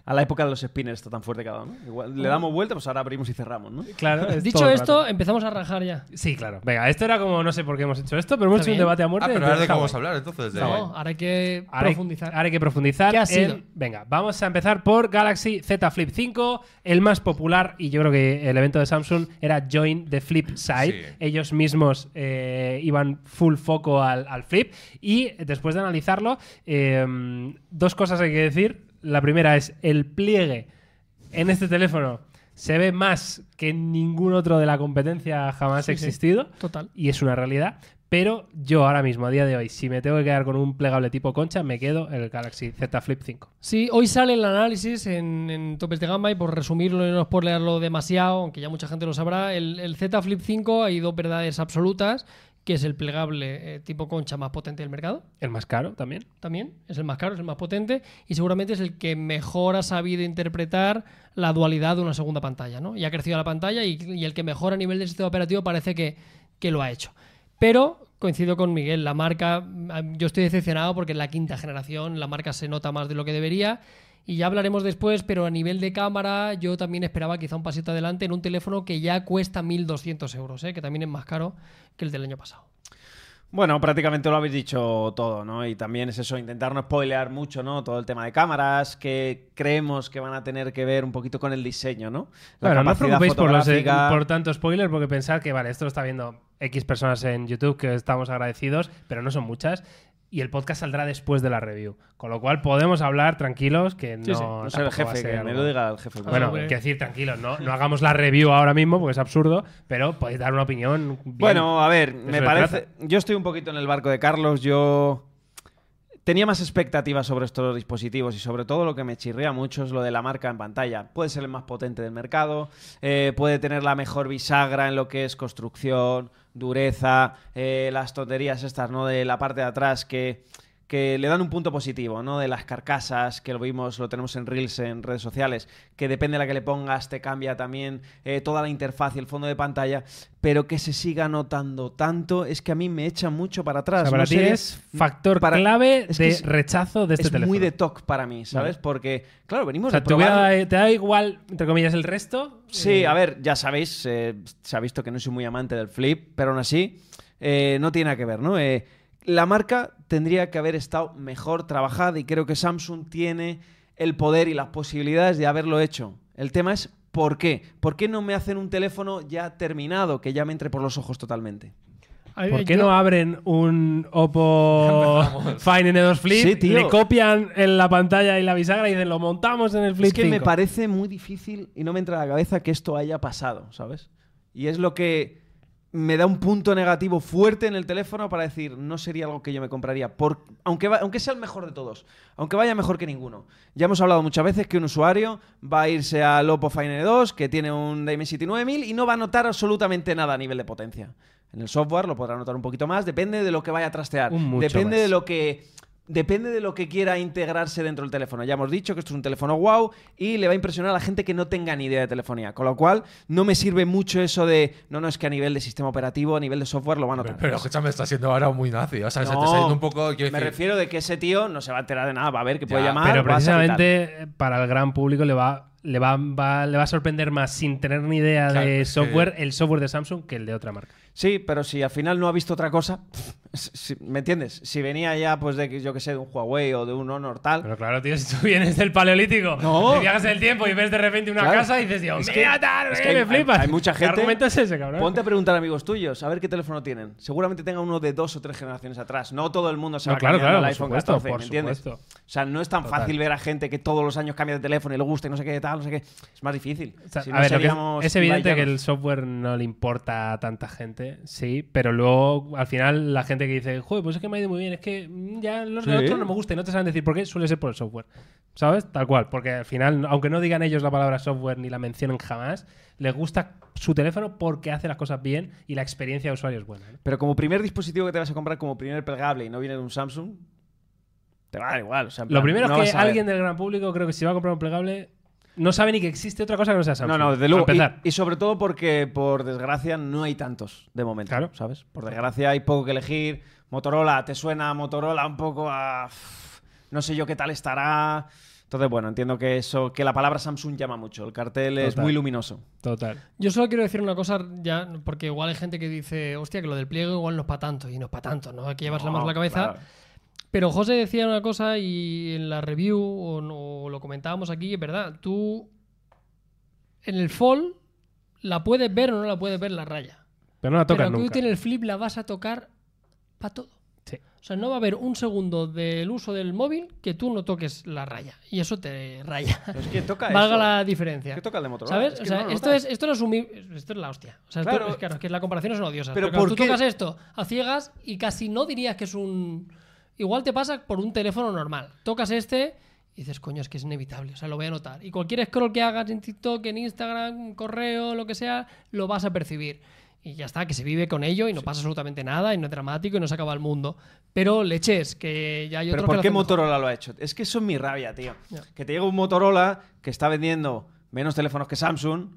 a la época de los spinners, esto tan fuerte que ha dado, ¿no? Igual, le damos vuelta, pues ahora abrimos y cerramos, ¿no?
Claro, es todo
Dicho
el
esto,
rato.
empezamos a rajar ya.
Sí, claro. Venga, esto era como, no sé por qué hemos hecho esto, pero hemos hecho
Está
un
bien.
debate a
Ah,
muerte.
pero ahora de
está
qué vamos a
guay.
hablar entonces. de-
No, ahora hay que
Ahora hay-
profundizar.
ahora hay que profundizar.
¿Qué ha
en-
sido?
Venga, vamos a empezar por Galaxy Z Flip 5, el más popular, y yo creo que el evento de Samsung era Join the Flip Side.
Sí.
Ellos mismos eh, iban full foco al, al flip. Y después de em, analizarlo, eh, dos cosas hay que decir. La primera es el pliegue en este teléfono se ve más que en ningún otro de la competencia jamás
Sí, sí.
existido.
Total.
Y es una realidad. Pero yo ahora mismo, a día de hoy, si me tengo que quedar con un plegable tipo concha, me quedo el Galaxy Z Flip 5.
Sí, hoy sale el análisis en, en topes de gama y por resumirlo y no spoilerlo demasiado, aunque ya mucha gente lo sabrá, el, el Z Flip 5 hay dos verdades absolutas, que es el plegable eh, tipo concha más potente del mercado,
El más caro también.
también, es el más caro, es el más potente y seguramente es el que mejor ha sabido interpretar la dualidad de una segunda pantalla, ¿no? Y ha crecido la pantalla y, y el que mejor a nivel del sistema operativo parece que, que lo ha hecho. Pero coincido con Miguel, la marca, mm, yo estoy decepcionado porque en la quinta generación la marca se nota más de lo que debería y ya hablaremos después, pero a nivel de cámara yo también esperaba quizá un pasito adelante en un teléfono que ya cuesta 1.200 euros, ¿eh? que también es más caro que el del año pasado.
Bueno, prácticamente lo habéis dicho todo, ¿no? Y también es eso, intentar no spoilear mucho, ¿no? Todo el tema de cámaras, que creemos que van a tener que ver un poquito con el diseño, ¿no? La
Claro, no os
capacidad
preocupéis por, los- eh,
fotográfica.
por tanto spoiler, porque pensad que, vale, esto lo está viendo X personas en YouTube, que estamos agradecidos, pero no son muchas. Y el podcast saldrá después de la review. Con lo cual podemos hablar tranquilos, que no,
sí,
No sé
tampoco
el
va a
jefe,
ser
que me
algo-
lo diga el jefe.
Bueno,
Hombre.
quiero decir, tranquilos, no, no hagamos la review ahora mismo porque es absurdo, pero podéis dar una opinión. bien.
Bueno, a ver, me
se
parece.
trata.
Yo estoy un poquito en el barco de Carlos. Yo tenía más expectativas sobre estos dispositivos y sobre todo lo que me chirría mucho es lo de la marca en pantalla. Puede ser el más potente del mercado, eh, puede tener la mejor bisagra en lo que es construcción, dureza, eh, las tonterías estas, ¿no? De la parte de atrás que que le dan un punto positivo, ¿no? De las carcasas, que lo vimos, lo tenemos en Reels, en redes sociales, que depende de la que le pongas, te cambia también eh, toda la interfaz y el fondo de pantalla, pero que se siga notando tanto, es que a mí me echa mucho para
O
atrás.
sea, para
No
ti
sería-
es factor
para-
clave
es que
de
es-
rechazo de este
es
teléfono.
muy de toc para mí, ¿sabes? Porque, claro, venimos
o sea,
de
te,
probar...
hubiera- te da igual, entre comillas, el resto. Eh,
Sí, a ver, ya sabéis, eh, se ha visto que no soy muy amante del flip, pero aún así eh, no tiene nada que ver, ¿no? Eh, la marca tendría que haber estado mejor trabajada y creo que Samsung tiene el poder y las posibilidades de haberlo hecho. El tema es ¿por qué? ¿Por qué no me hacen un teléfono ya terminado que ya me entre por los ojos totalmente?
A ver,
¿Por qué
yo-
no abren un Oppo Fine N2 Flip?
Sí, tío.
Le copian en la pantalla y la bisagra y dicen, lo montamos en el Flip
es que me
5".
parece muy difícil y no me entra a la cabeza que esto haya pasado, ¿sabes? Y es lo que me da un punto negativo fuerte en el teléfono para decir, no sería algo que yo me compraría, por- aunque, va- aunque sea el mejor de todos, aunque vaya mejor que ninguno. Ya hemos hablado muchas veces que un usuario va a irse al Oppo Find N2, que tiene un Dimensity 9000 y no va a notar absolutamente nada a nivel de potencia. En el software lo podrá notar un poquito más, depende de lo que vaya a trastear,
Un mucho
depende
más.
de lo que Depende de lo que quiera integrarse dentro del teléfono. Ya hemos dicho que esto es un teléfono wow y le va a impresionar a la gente que no tenga ni idea de telefonía. Con lo cual, no me sirve mucho eso de, no, no, es que a nivel de sistema operativo, a nivel de software, lo van a
Pero,
notar.
pero escúchame, está siendo ahora muy nazi. O sea, se te
No,
está yendo un poco.
me
quiero decir,
refiero de que ese tío no se va a enterar de nada, va a ver que puede
Ya,
llamar.
Pero
WhatsApp y tal.
precisamente eh, para el gran público le va, le va, va- le va a sorprender más sin tener ni idea
Claro,
de
es que-
software, el software de Samsung que el de otra marca.
Sí, pero si al final no ha visto otra cosa, si- ¿me entiendes? Si venía ya, pues, de, que- yo que sé, de un Huawei o de un Honor tal,
Pero claro, tío, si tú vienes del paleolítico
No.
y viajas en el tiempo y ves de repente una
Claro.
casa y dices, Dios
Es
mío,
que-
tal,
es
eh,
que hay-
me
hay-
flipas.
hay mucha
¿Qué
gente-
argumento es ese, cabrón?
Ponte a preguntar a amigos tuyos, a ver qué teléfono tienen. Seguramente tenga uno de dos o tres generaciones atrás. No todo el mundo se
No,
va
claro,
cambiando
claro,
el
por
iPhone
supuesto,
14,
por
¿me entiendes?
supuesto.
O sea, no es tan
Total.
fácil ver a gente que todos los años cambia de teléfono y le gusta y no sé qué tal, no sé qué. Es más difícil.
O sea,
Si
a
no
ver, lo que es-
seríamos
es evidente
Ibai
que el
Llanos.
software no le importa a tanta gente, sí, pero luego al final la gente que dice, joder, pues es que me ha ido muy bien, es que mm, ya los
Sí.
de otros no me gusta y no te saben decir por qué, suele ser por el software, ¿sabes? Tal cual, porque al final, aunque no digan ellos la palabra software ni la mencionen jamás, les gusta su teléfono porque hace las cosas bien y la experiencia de usuario es buena. ¿no?
Pero como primer dispositivo que te vas a comprar, como primer plegable y no viene de un Samsung, te va a dar igual. o sea, en
Lo
plan,
primero
no
es
vas
que
a ver.
alguien del gran público creo que si va a comprar un plegable no sabe ni que existe otra cosa que no sea Samsung.
No, no, desde
para
luego. Y-
empezar.
Y, sobre todo porque, por desgracia, no hay tantos de momento.
Claro.
¿Sabes? Por desgracia hay poco que elegir. Motorola, ¿te suena Motorola un poco a.? No sé yo qué tal estará. Entonces, bueno, entiendo que eso, que la palabra Samsung llama mucho. El cartel es
Total.
muy luminoso.
Total.
Yo solo quiero decir una cosa, ya, porque igual hay gente que dice, hostia, que lo del pliegue igual no es para tanto, y no es para tanto, ¿no? Hay que llevarse la mano a la
No,
cabeza.
claro.
Pero José decía una cosa y en la review, o, no- o lo comentábamos aquí, es verdad, tú en el fall la puedes ver o no la puedes ver la raya.
Pero no la
Pero
tocan
aquí
nunca.
tú en el flip la vas a tocar para todo.
Sí.
O sea, no va a haber un segundo del uso del móvil que tú no toques la raya. Y eso te raya.
Pero es que toca
Valga
eso.
la diferencia.
¿Qué toca el de Motorola?
¿Sabes?
Es que
o sea,
no lo
esto,
notas.
es, esto no es humi- Esto es la hostia. O sea, esto-
Claro.
es, claro, es que las comparaciones son odiosas.
Pero
Pero,
¿por
cuando tú
qué?
tocas esto a ciegas y casi no dirías que es un. Igual te pasa por un teléfono normal. Tocas este y dices, coño, es que es inevitable. O sea, lo voy a notar. Y cualquier scroll que hagas en TikTok, en Instagram, correo, lo que sea, lo vas a percibir. Y ya está, que se vive con ello y no pasa absolutamente nada y no es dramático y no se acaba el mundo. Pero leches, que ya hay
¿Pero
otros
por
que lo
qué
hacen mejor.
Motorola lo ha hecho? Es que eso es mi rabia, tío.
Ya.
Que te llegue un Motorola que está vendiendo menos teléfonos que Samsung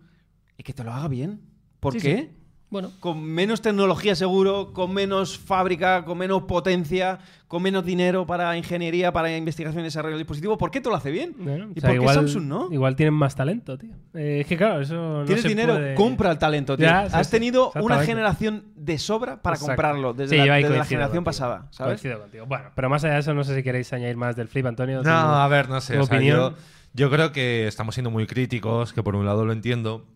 y que te lo haga bien. ¿Por
Sí,
qué?
sí. Bueno,
Con menos tecnología seguro, con menos fábrica, con menos potencia, con menos dinero para ingeniería, para investigación y desarrollo del dispositivo. ¿Por qué todo lo hace bien?
Bueno,
¿Y
o sea,
por qué
igual-
Samsung no?
Igual tienen más talento, tío. Eh, es que claro, eso no
Tienes
se
dinero,
puede-
compra el talento, tío.
Ya, sí,
Has
sí,
tenido una
exactamente.
generación de sobra para
Exacto.
comprarlo desde
Sí, yo
la,
ahí
desde la
coincido contigo.
generación pasada, ¿sabes?
Coincido contigo. Bueno, pero más allá de eso, no sé si queréis añadir más del flip, Antonio.
No,
tu-
a ver, no sé.
tu
o sea,
opinión.
yo, yo creo que estamos siendo muy críticos, que por un lado lo entiendo.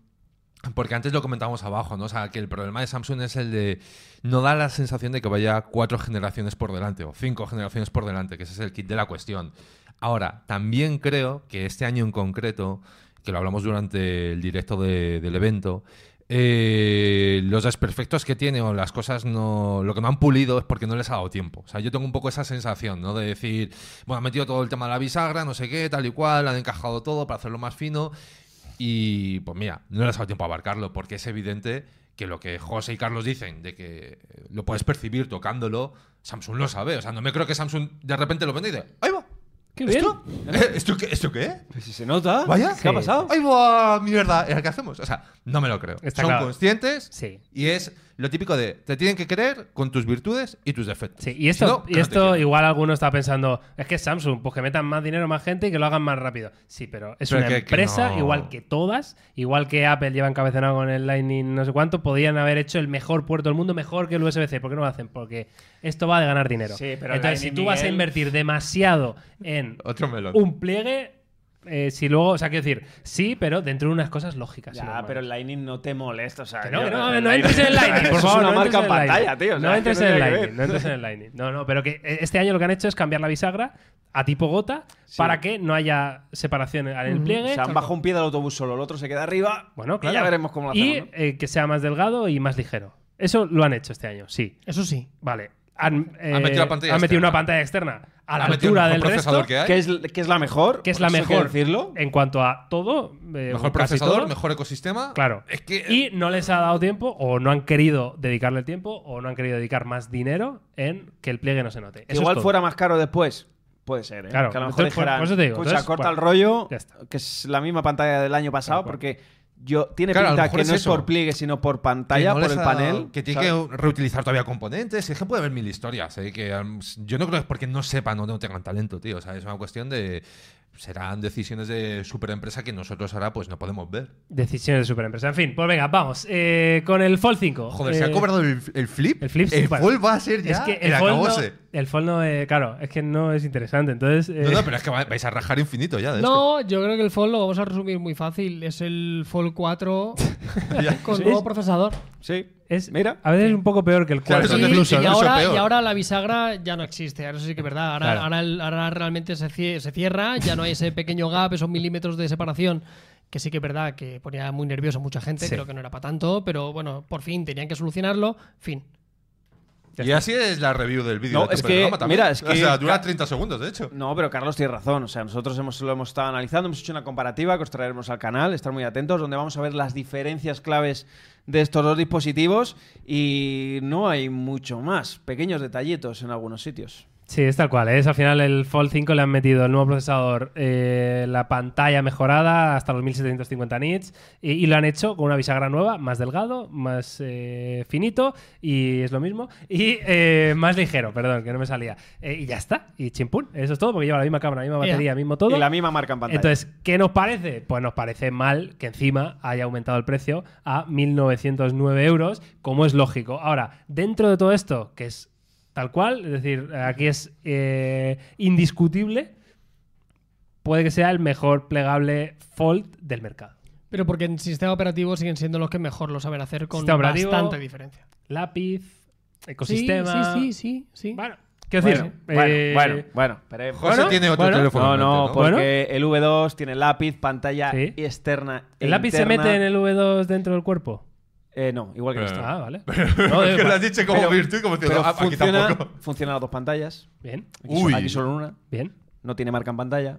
Porque antes lo comentábamos abajo, ¿no? O sea, que el problema de Samsung es el de no da la sensación de que vaya cuatro generaciones por delante o cinco generaciones por delante, que ese es el kit de la cuestión. Ahora, también creo que este año en concreto, que lo hablamos durante el directo de- del evento, eh, los desperfectos que tiene o las cosas no. Lo que no han pulido es porque no les ha dado tiempo. O sea, yo tengo un poco esa sensación, ¿no? De decir, bueno, han metido todo el tema de la bisagra, no sé qué, tal y cual, han encajado todo para hacerlo más fino. Y pues mira, no les ha dado tiempo a abarcarlo, porque es evidente que lo que José y Carlos dicen, de que eh, lo puedes percibir tocándolo, Samsung lo sabe. O sea, no me creo que Samsung de repente lo vende y dice, ¡Ahí va!
¡Qué bien! Ah,
¿Esto? ¿Eh? ¿Esto qué? ¿Esto qué?
Pues si se nota.
Vaya.
¿Qué
Sí.
ha pasado?
¡Ahí va! ¡Mierda! ¿Qué hacemos? O sea, no me lo creo.
Está
Son
claro.
conscientes
Sí.
y es lo típico de te tienen que creer con tus virtudes y tus defectos.
Sí, y
Si
esto,
no, que
y
no te
esto
quieran.
igual alguno está pensando, es que es Samsung, pues que metan más dinero, más gente y que lo hagan más rápido. Sí, pero es
Pero
una
que- que
empresa,
no.
igual que todas, igual que Apple lleva encabecenado con el Lightning no sé cuánto, podían haber hecho el mejor puerto del mundo, mejor que el USB-C. ¿Por qué no lo hacen? Porque esto va de ganar dinero.
Sí, pero
Entonces, si
Lightning,
tú vas a
Miguel-
invertir demasiado en
Otro melón.
un pliegue, eh, si luego, o sea, quiero decir, sí, pero dentro de unas cosas lógicas. y
Ya,
normales.
pero el Lightning Ah, no te molesta. O sea,
Que no,
yo-
que no,
el
no entres en el Lightning, por
Eso
favor.
Es una
no entres
marca
en
en
el
pantalla,
Lightning.
tío. o sea,
no
que
entres en el
tiene que ver.
Lightning, no entres en el Lightning. No, no, pero que eh, este año lo que han hecho es cambiar la bisagra a tipo gota para que no haya separación en el pliegue.
Se han bajado un pie del autobús solo, el otro se queda arriba.
bueno,
Y
claro.
ya veremos cómo lo
Y,
hacemos. ¿no?
eh, que sea más delgado y más ligero. Eso lo han hecho este año, sí.
eso sí.
Vale. Han, eh,
Han metido la pantalla
han metido
externa.
una pantalla externa a la
Ha metido
altura
el
del
mejor procesador
resto,
que hay.
¿Qué es, qué es la mejor?
que es
Por
la
eso hay
mejor
decirlo.
en cuanto a todo. eh,
Mejor
casi
procesador,
todo.
mejor ecosistema.
Claro.
Es que
Y no les ha dado tiempo, o no han querido dedicarle el tiempo, o no han querido dedicar más dinero en que el pliegue no se note. Eso
Que
es
igual
todo.
fuera más caro después. Puede ser, ¿eh?
Claro,
Que a lo mejor
entonces, por-
dijeran,
por eso te digo,
escucha,
entonces,
corta
bueno,
el rollo,
ya está.
que es la misma pantalla del año pasado,
Claro,
porque yo tiene
Claro, a lo
pinta
mejor
que
es
no es
eso.
por pliegue, sino por
que
pantalla,
no
por
les
el
ha-
panel.
Que tiene
¿sabes?
que reutilizar todavía componentes. Es que puede haber mil historias. ¿eh? Que, um, yo no creo que es porque no sepan o no tengan talento, tío. O sea, es una cuestión de. Serán decisiones de superempresa que nosotros ahora pues no podemos ver.
Decisiones de superempresa. En fin, pues venga, vamos. eh, con el Fold 5.
Joder,
Eh,
se ha cobrado el, el flip.
el flip, sí,
El
para-
Fold va a ser ya.
Es que
el
el, Fold no-
acabose.
el Fold no, eh, claro, es que no es interesante. Entonces, eh,
No, no, pero es que va- vais a rajar infinito ya de
No, yo creo que el Fold lo vamos a resumir muy fácil. Es el Fold 4
esto. Ya.
con
Sí.
nuevo procesador.
Sí.
es
Mira.
a veces es un poco peor que el
Claro,
4.
eso
Y,
te incluso,
y
¿no?
ahora,
Eso peor.
y ahora la bisagra ya no existe. Ahora eso sí que es verdad. Ahora,
Claro.
ahora el- ahora realmente se, cie- se cierra. Ya no hay ese pequeño gap, esos milímetros de separación. Que sí que es verdad que ponía muy nervioso a mucha gente.
Sí.
Creo que no era para tanto. Pero bueno, por fin tenían que solucionarlo. Fin.
Y así es la review del vídeo.
No,
de Tope
es que,
de Gama también.
mira, es
O
que-
sea, dura 30 segundos, de hecho.
No, pero Carlos tiene razón. O sea, nosotros hemos, lo hemos estado analizando, hemos hecho una comparativa que os traeremos al canal, estar muy atentos, donde vamos a ver las diferencias claves de estos dos dispositivos y no hay mucho más. Pequeños detallitos en algunos sitios.
Sí, es tal cual. ¿eh? Es al final el Fold 5 le han metido el nuevo procesador, eh, la pantalla mejorada hasta los 1750 nits y, y lo han hecho con una bisagra nueva, más delgado, más eh, finito y es lo mismo y eh, más ligero. Perdón, que no me salía. Eh, y ya está. Y chimpún. Eso es todo porque lleva la misma cámara, la misma
Ea.
batería, mismo todo.
Y la misma marca en pantalla.
Entonces, ¿qué nos parece? Pues nos parece mal que encima haya aumentado el precio a 1.909 euros, como es lógico. Ahora, dentro de todo esto, que es tal cual, es decir, aquí es eh, indiscutible, puede que sea el mejor plegable Fold del mercado.
Pero porque en sistema operativo siguen siendo los que mejor lo saben hacer con
Sistema operativo-
bastante diferencia.
Lápiz, ecosistema.
Sí, sí, sí, sí. sí.
Bueno, quiero
Bueno,
decir.
bueno,
eh,
bueno, bueno, pero-
José
Bueno,
tiene otro
bueno.
teléfono.
No,
delante,
no,
por-
porque el V2 tiene lápiz, pantalla
Sí.
externa. e
¿El lápiz se
interna.
mete en el V2 dentro del cuerpo?
Eh, no, igual que
Eh.
esto.
Ah, vale.
No,
No, digo,
que lo has dicho como
pero-
virtud, como diciendo,
Pero
"Ah, aquí
funciona,
tampoco.
funcionan las dos pantallas.
Bien,
Aquí, so-
Uy.
aquí solo una.
bien.
No tiene marca en pantalla.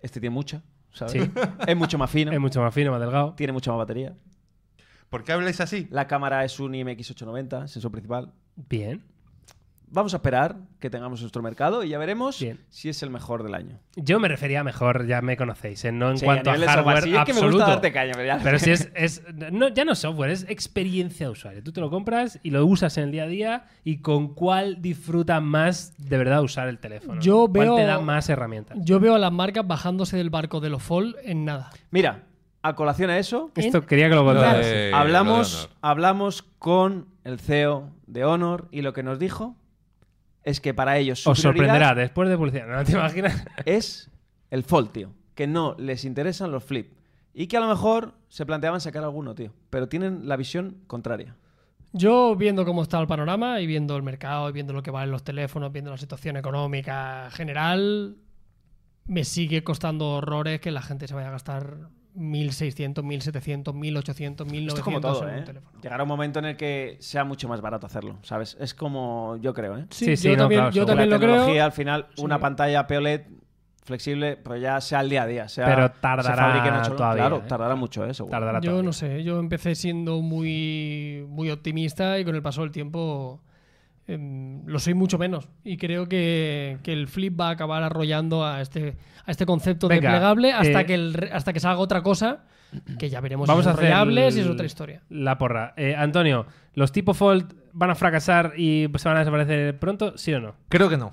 Este tiene mucha, ¿sabes?
Sí.
Es mucho más fino.
Es mucho más fino, más delgado.
Tiene mucha más batería.
¿Por qué habláis así?
La cámara es un IMX890, sensor principal.
Bien.
Vamos a esperar que tengamos nuestro mercado y ya veremos
Bien.
si es el mejor del año.
Yo me refería a mejor, ya me conocéis, ¿eh? no en
Sí,
cuanto a,
nivel de
hardware
software, sí, es que me
absoluto.
gusta darte caña, pero ya.
Pero si es, es- no, ya no es software, es experiencia de usuario. Tú te lo compras y lo usas en el día a día y con cuál disfrutas más de verdad usar el teléfono.
Yo
¿Cuál
veo-
te da más herramientas?
Yo veo a las marcas bajándose del barco de los Fall en nada.
Mira, a colación a eso,
Esto quería que lo
eh, Lo
contaras.
de- lo de
hablamos,
Honor.
hablamos con el CEO de Honor y lo que nos dijo es que para ellos su
Os
prioridad
sorprenderá después de publicidad, ¿no te imaginas?
es el Fold, tío. Que no les interesan los flip. Y que a lo mejor se planteaban sacar alguno, tío. Pero tienen la visión contraria.
Yo viendo cómo está el panorama y viendo el mercado y viendo lo que valen los teléfonos, viendo la situación económica general, me sigue costando horrores que la gente se vaya a gastar 1.600, 1.700, 1.800, 1.900
Esto es como todo,
en
¿eh?
un teléfono.
Llegará un momento en el que sea mucho más barato hacerlo, ¿sabes? Es como yo creo, ¿eh?
Sí,
Sí, sí,
yo
no,
también,
claro,
yo
seguro.
también
la
lo creo.
tecnología, al final, una pantalla POLED E flexible, pero ya sea al día a día. Sea,
Pero
se
tardará
fabrique en ocho-
todavía,
Claro,
¿eh?
tardará mucho, ¿eh? Seguro.
Tardará
Yo
todavía.
no sé, yo empecé siendo muy, muy optimista y con el paso del tiempo em, lo soy mucho menos. Y creo que, que el flip va a acabar arrollando a este, a este concepto
Venga,
de plegable hasta,
eh,
que el re- hasta que salga otra cosa que ya veremos
Vamos
si
a
es
hacer
arrollable, si es
el-
otra historia.
La porra. Eh, Antonio, ¿los tipo Fold van a fracasar y se van a desaparecer pronto? ¿Sí o no?
Creo que no.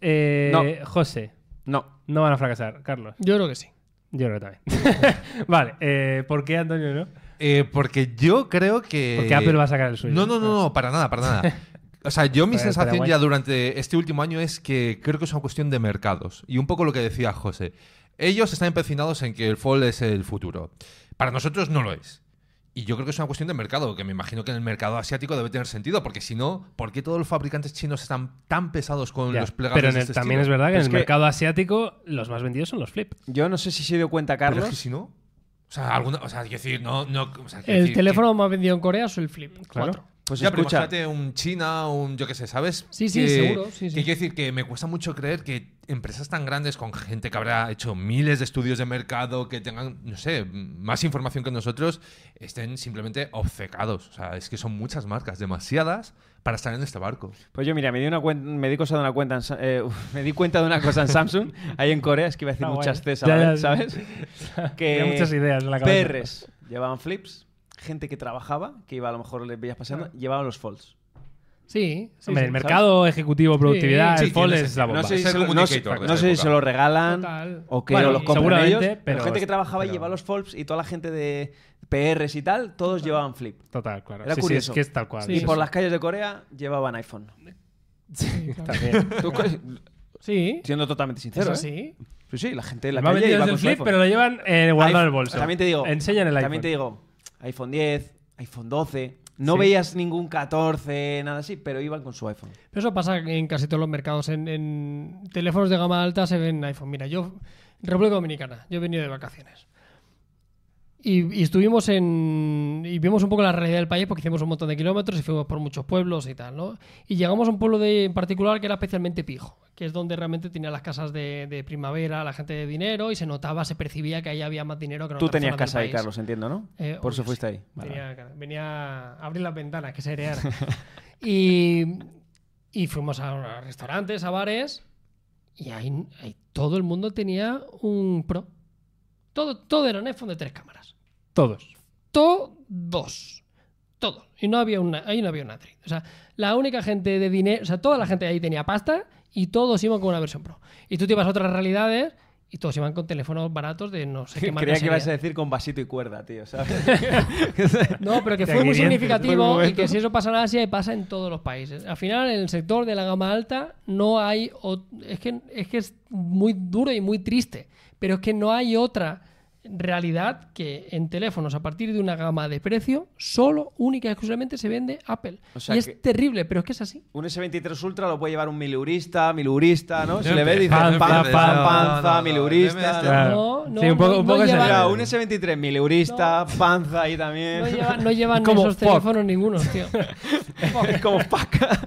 Eh,
No.
José,
No.
no van a fracasar. Carlos,
Yo creo que sí.
yo creo que también. vale, eh, ¿por qué Antonio no?
Eh, porque yo creo que.
Porque Apple va a sacar el suyo.
Eh,
Ah.
No, no, no, no, para nada, para nada. O sea, yo mi
Pero- pero
sensación
guay.
ya durante este último año es que creo que es una cuestión de mercados. Y un poco lo que decía José. Ellos están empecinados en que el Fold es el futuro. Para nosotros no lo es. Y yo creo que es una cuestión de mercado, que me imagino que en el mercado asiático debe tener sentido, porque si no, ¿por qué todos los fabricantes chinos están tan pesados con
Ya,
los plegables
pero en
de
el-
este
también es
estilo?
verdad que en
Es
el
que-
mercado asiático los más vendidos son los flip.
Yo no sé si se dio cuenta,
Pero
Carlos.
es que si no. O sea, alguna, o sea, quiero decir, no, no. o sea, quiero
El
decir que-
teléfono más vendido en Corea es el flip. Cuatro.
Pues
ya,
escucha,
pero imagínate un China, un yo qué sé, ¿sabes?
Sí, sí,
Que-
seguro, sí, sí.
Que quiero decir que me cuesta mucho creer que empresas tan grandes con gente que habrá hecho miles de estudios de mercado, que tengan, no sé, más información que nosotros, estén simplemente obcecados. O sea, es que son muchas marcas, demasiadas, para estar en este barco.
Pues yo, mira, me di, una cuen- me di cosa de una cuenta en Sa- eh, uf, me di cuenta de una cosa en Samsung, ahí en Corea, es que iba a decir
Ah,
muchas
guay.
Cs a la
Ya, ya,
vez,
sí.
¿sabes? Ah, que
Tenía muchas ideas en la cabeza.
PRs llevaban flips, gente que trabajaba, que iba a lo mejor les veías pasando, llevaban los folds.
Sí, sí,
Hombre,
sí.
el mercado ejecutivo, productividad,
Sí,
el Fold
tiene
es la
sentido.
Ah, bomba.
No sé si
Es el
se, lo- no sé-
communicator de
no
esta
sé si
época.
se lo regalan
Total.
o que
Bueno,
o los compran ellos.
seguramente, pero
pero gente que
es-
trabajaba y
pero-
llevaba los folds y toda la gente de PRs y tal, todos llevaban flip.
Total, claro.
Era
Sí, sí,
curioso.
es que es tal cual.
Sí,
y
Sí,
por
sí.
las calles de Corea llevaban iPhone.
Sí, claro.
También.
Tú, co-
Sí,
siendo totalmente sincero,
eso
¿eh?
sí.
Sí, sí, la gente de la
Más
calle
vendido
iba
es
con
el
su
flip,
iPhone.
pero lo llevan eh, guardado en el
iPhone-
bolso.
También te digo.
Enseñan el iPhone.
También te digo, iPhone 10, iPhone 12. No
Sí.
veías ningún 14, nada así, pero iban con su iPhone.
Pero eso pasa en casi todos los mercados. En, en teléfonos de gama alta se ven iPhone. Mira, yo, República Dominicana, yo he venido de vacaciones. Y, y estuvimos en. Y vimos un poco la realidad del país porque hicimos un montón de kilómetros y fuimos por muchos pueblos y tal, ¿no? Y llegamos a un pueblo de, en particular que era especialmente pijo, que es donde realmente tenía las casas de, de primavera, la gente de dinero y se notaba, se percibía que ahí había más dinero que en
Tú
otras
tenías
zonas del
casa ahí,
país.
Carlos, entiendo, ¿no?
Eh,
Por eso
obvio,
fuiste
sí.
ahí. Vale,
venía, venía a abrir las ventanas, que se aireara. y, y fuimos a, a restaurantes, a bares, y ahí, ahí todo el mundo tenía un pro. Todo, todo era un iPhone de tres cámaras.
Todos.
Todos. Todo. Y no había una, ahí no había una Android. O sea, la única gente de dinero, o sea, toda la gente ahí tenía pasta y todos iban con una versión pro. Y tú te ibas a otras realidades y todos iban con teléfonos baratos de no sé qué marca
Creía que ibas a
sería.
decir con vasito y cuerda, tío, ¿sabes?
No, pero que
De ingredientes, fue
fue muy
muy
significativo
bueno.
y que si eso pasa en Asia, pasa en todos los países. Al final, en el sector de la gama alta no hay... o- Es que, es que es muy duro y muy triste, pero es que no hay otra Realidad que en teléfonos a partir de una gama de precio, solo, única y exclusivamente se vende Apple.
O sea
y es
que-
terrible, pero es que es así.
Un S23 Ultra lo puede llevar un milurista, milurista, ¿no? Si le ves, dices
Pan,
pan, pan,
pan,
pan,
no, no,
panza,
no, no, no,
milurista.
no.
¿no?
No, no,
Sí, un poco-
no,
un
no
poco ese
llevan-
Mira, un S23 milurista, panza ahí también.
No llevan, no llevan
Como
esos
fuck.
teléfonos ninguno, tío.
es como paca.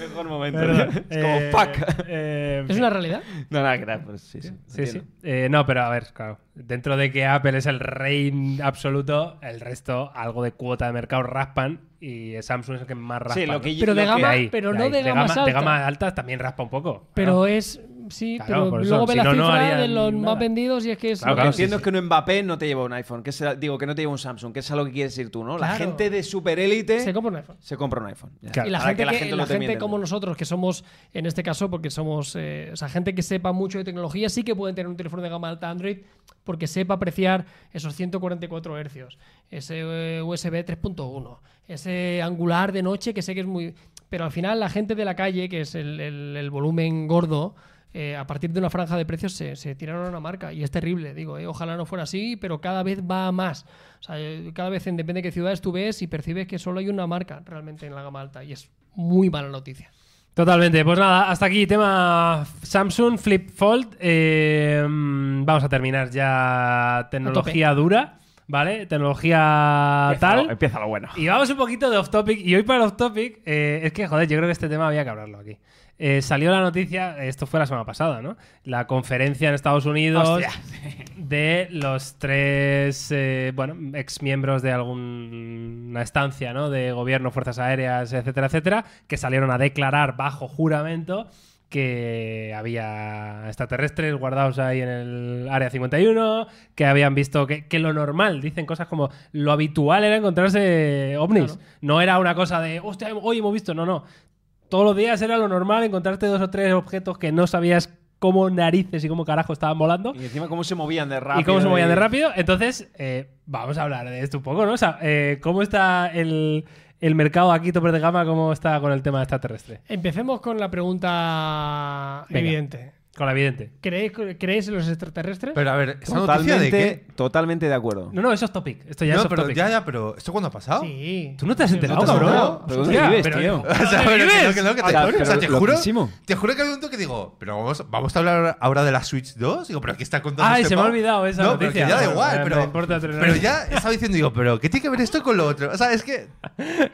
Mejor momento.
Perdón,
Es como
eh,
paca.
eh,
Es una realidad.
No, nada, que era, pues sí, sí.
Sí, sí.
entiendo.
Eh, no, pero a ver, claro. Dentro de que Apple es el rey absoluto, el resto, algo de cuota de mercado raspan y Samsung es el que más raspa.
Sí, lo que
¿no?
yo-
Pero de
lo que
gama,
ahí,
pero no
ahí.
de, gamas
gama,
altas.
De gama alta también raspa un poco.
Pero
Claro.
es. Sí,
Claro, por
pero
eso,
luego
si
ve la
no, no
cifra
harían
de los
nada.
más vendidos y es que es.
Claro,
lo que
claro,
es.
sí,
Entiendo que un Mbappé no te lleva un iPhone, que es, la- digo que no te lleva un Samsung, que es a lo que quieres ir tú, ¿no? La
Claro.
gente de superélite
Se compra un iPhone.
se compra un iPhone. ya.
Claro.
Y la
Para
gente, que, la
lo termine
gente
de
como
entender.
nosotros, que somos, en este caso, porque somos, eh, o sea, gente que sepa mucho de tecnología, sí que pueden tener un teléfono de gama alta Android porque sepa apreciar esos 144 hercios, ese eh, USB 3.1, ese angular de noche que sé que es muy... Pero al final la gente de la calle, que es el, el- el volumen gordo, eh, a partir de una franja de precios se, se tiraron a una marca y es terrible, digo, eh, ojalá no fuera así, pero cada vez va a más. O sea, eh, cada vez en depende de qué ciudades tú ves y percibes que solo hay una marca realmente en la gama alta y es muy mala noticia.
Totalmente. Pues nada, hasta aquí tema Samsung Flip Fold. Eh, mm, vamos a terminar ya tecnología dura, ¿vale? Tecnología
Empieza lo-
tal.
Empieza lo bueno.
Y vamos un poquito de off topic. Y hoy para el off topic, eh, es que joder, yo creo que este tema había que hablarlo aquí. Eh, salió la noticia, esto fue la semana pasada, ¿no? La conferencia en Estados Unidos
Hostia.
de los tres, eh, bueno, ex miembros de alguna estancia, ¿no? De gobierno, fuerzas aéreas, etcétera, etcétera, que salieron a declarar bajo juramento que había extraterrestres guardados ahí en el área 51, que habían visto que, que lo normal, dicen cosas como lo habitual era encontrarse ovnis. No era una cosa de, hostia, hoy hemos visto, no, no. Todos los días era lo normal encontrarte dos o tres objetos que no sabías cómo narices y cómo carajo estaban volando.
Y encima cómo se movían de rápido.
¿Y cómo se movían de rápido? Entonces, eh, vamos a hablar de esto un poco, ¿no? O sea, eh, ¿cómo está el, el mercado aquí, tope de gama, cómo está con el tema extraterrestre?
Empecemos con la pregunta
Venga.
evidente.
Con la evidente.
¿Creéis, ¿Creéis en los extraterrestres?
Pero a ver, ¿esa noticia de qué?
Totalmente, totalmente de acuerdo.
No, no, eso es topic. Esto ya es
No,
off
pero
topic.
ya, ya, pero ¿esto cuándo ha pasado?
sí.
¿Tú no te has enterado,
¿No te has
cabrón?
enterado?
¿Pero dónde
Hostia,
vives,
pero-
tío?
O sea, pero que no, que no, que te,
O
Ah,
sea,
o sea, te
pero
juro,
loquísimo.
te juro que había un momento que digo, pero vamos, vamos a hablar ahora de la Switch 2, digo, pero aquí está contando
Ay,
este
se me ha
pavo?
olvidado esa
No, pero
noticia.
que ya da
Bueno,
igual,
me- me
pero,
importa tres
pero
nada.
ya estaba diciendo, digo, pero ¿qué tiene que ver esto con lo otro? O sea, es que,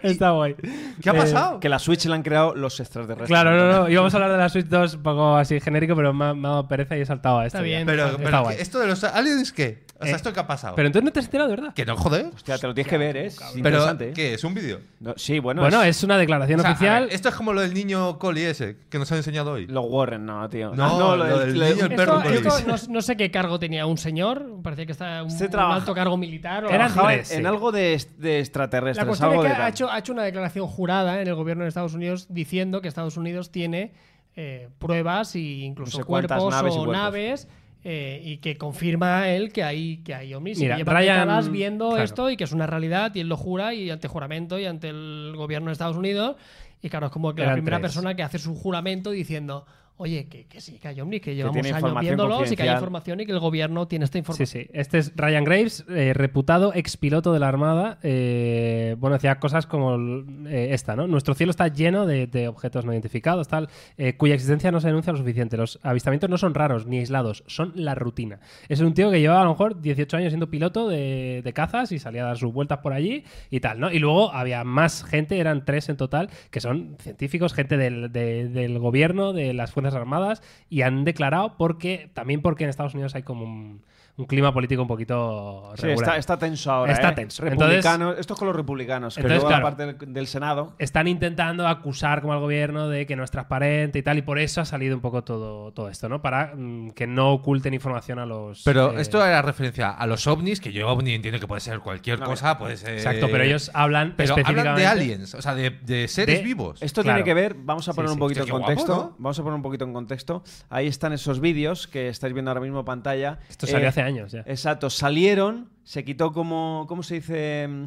Está guay.
¿qué ha
Eh,
pasado?
Que la Switch la han creado los extraterrestres.
Claro, no, no. Íbamos a hablar de la Switch 2 un poco así genérico, pero me ha, me ha dado pereza y he saltado a esto.
Está bien.
ya.
pero
está
pero
guay.
que esto de los aliens, ¿qué? O sea,
Eh,
¿esto qué ha pasado?
Pero entonces no te has enterado, de ¿verdad?
que no, joder.
Hostia, te lo tienes que ver, ¿eh? Es
Pero,
interesante. ¿eh?
¿qué? ¿Es un vídeo?
No, sí, bueno.
Bueno, es una declaración
O sea, a
oficial.
ver, esto es como lo del niño Coli ese, que nos han enseñado hoy.
Los Warren, no, tío.
No,
Ah,
lo del niño, el
un-
perro
Esto-
con
esto
Luis.
no, no sé qué cargo tenía un señor, parecía que estaba un,
Se
un
trabaja-
alto cargo militar. O
Eran
algo.
Trabajaba en-
tres, sí.
en algo de, de extraterrestres.
La cuestión es
algo
que
de tal.
ha hecho, ha hecho una declaración jurada en el gobierno de Estados Unidos diciendo que Estados Unidos tiene eh, pruebas e incluso
No sé cuántas
cuerpos
naves y
o
cuerpos.
naves eh, y que confirma él que hay, que hay ovnis
Mira,
y que lleva
Ryan-
décadas viendo
claro.
esto y que es una realidad y él lo jura y ante juramento y ante el gobierno de Estados Unidos y claro, es como que la
Eran
primera
tres.
persona que hace su juramento diciendo... Oye, que, que sí, que hay ovnis, que llevamos
tiene
años
información
viéndolos y que hay
confidencial".
información y que el gobierno tiene esta
Sí,
información.
sí. Este es Ryan Graves, eh, reputado expiloto de la Armada. Eh, bueno, decía cosas como eh, esta, ¿no? Nuestro cielo está lleno de, de objetos no identificados, tal, eh, cuya existencia no se denuncia lo suficiente. Los avistamientos no son raros ni aislados, son la rutina. Es un tío que llevaba a lo mejor 18 años siendo piloto de, de cazas y salía a dar sus vueltas por allí y tal, ¿no? Y luego había más gente, eran tres en total, que son científicos, gente del, de- del gobierno, de las Fuerzas Armadas, y han declarado porque, también porque en Estados Unidos hay como un, un clima político un poquito
Sí,
regular.
está, está tenso ahora.
Está
¿eh?
tenso.
Republicanos, esto es con los republicanos. Que
Entonces,
luego la
claro.
parte del, del Senado.
Están intentando acusar como al gobierno de que no es transparente y tal, y por eso ha salido un poco todo, todo esto, ¿no? Para mm, que no oculten información a los...
Pero
eh,
esto era referencia a los ovnis, que yo ovni entiendo que puede ser cualquier
No,
cosa, puede ser...
Exacto, pero ellos hablan
eh, Pero hablan
específicamente-
de aliens, o sea, de, de seres
De- este,
vivos.
Esto
Claro.
tiene que ver, vamos a
Sí,
poner
sí.
un poquito
Hostia,
en
qué
contexto.
guapo, ¿no?
Vamos a poner un poquito en contexto. Ahí están esos vídeos que estáis viendo ahora mismo en pantalla.
Esto salió
Eh,
hace años ya.
Exacto, salieron, se quitó como. ¿Cómo se dice? mm,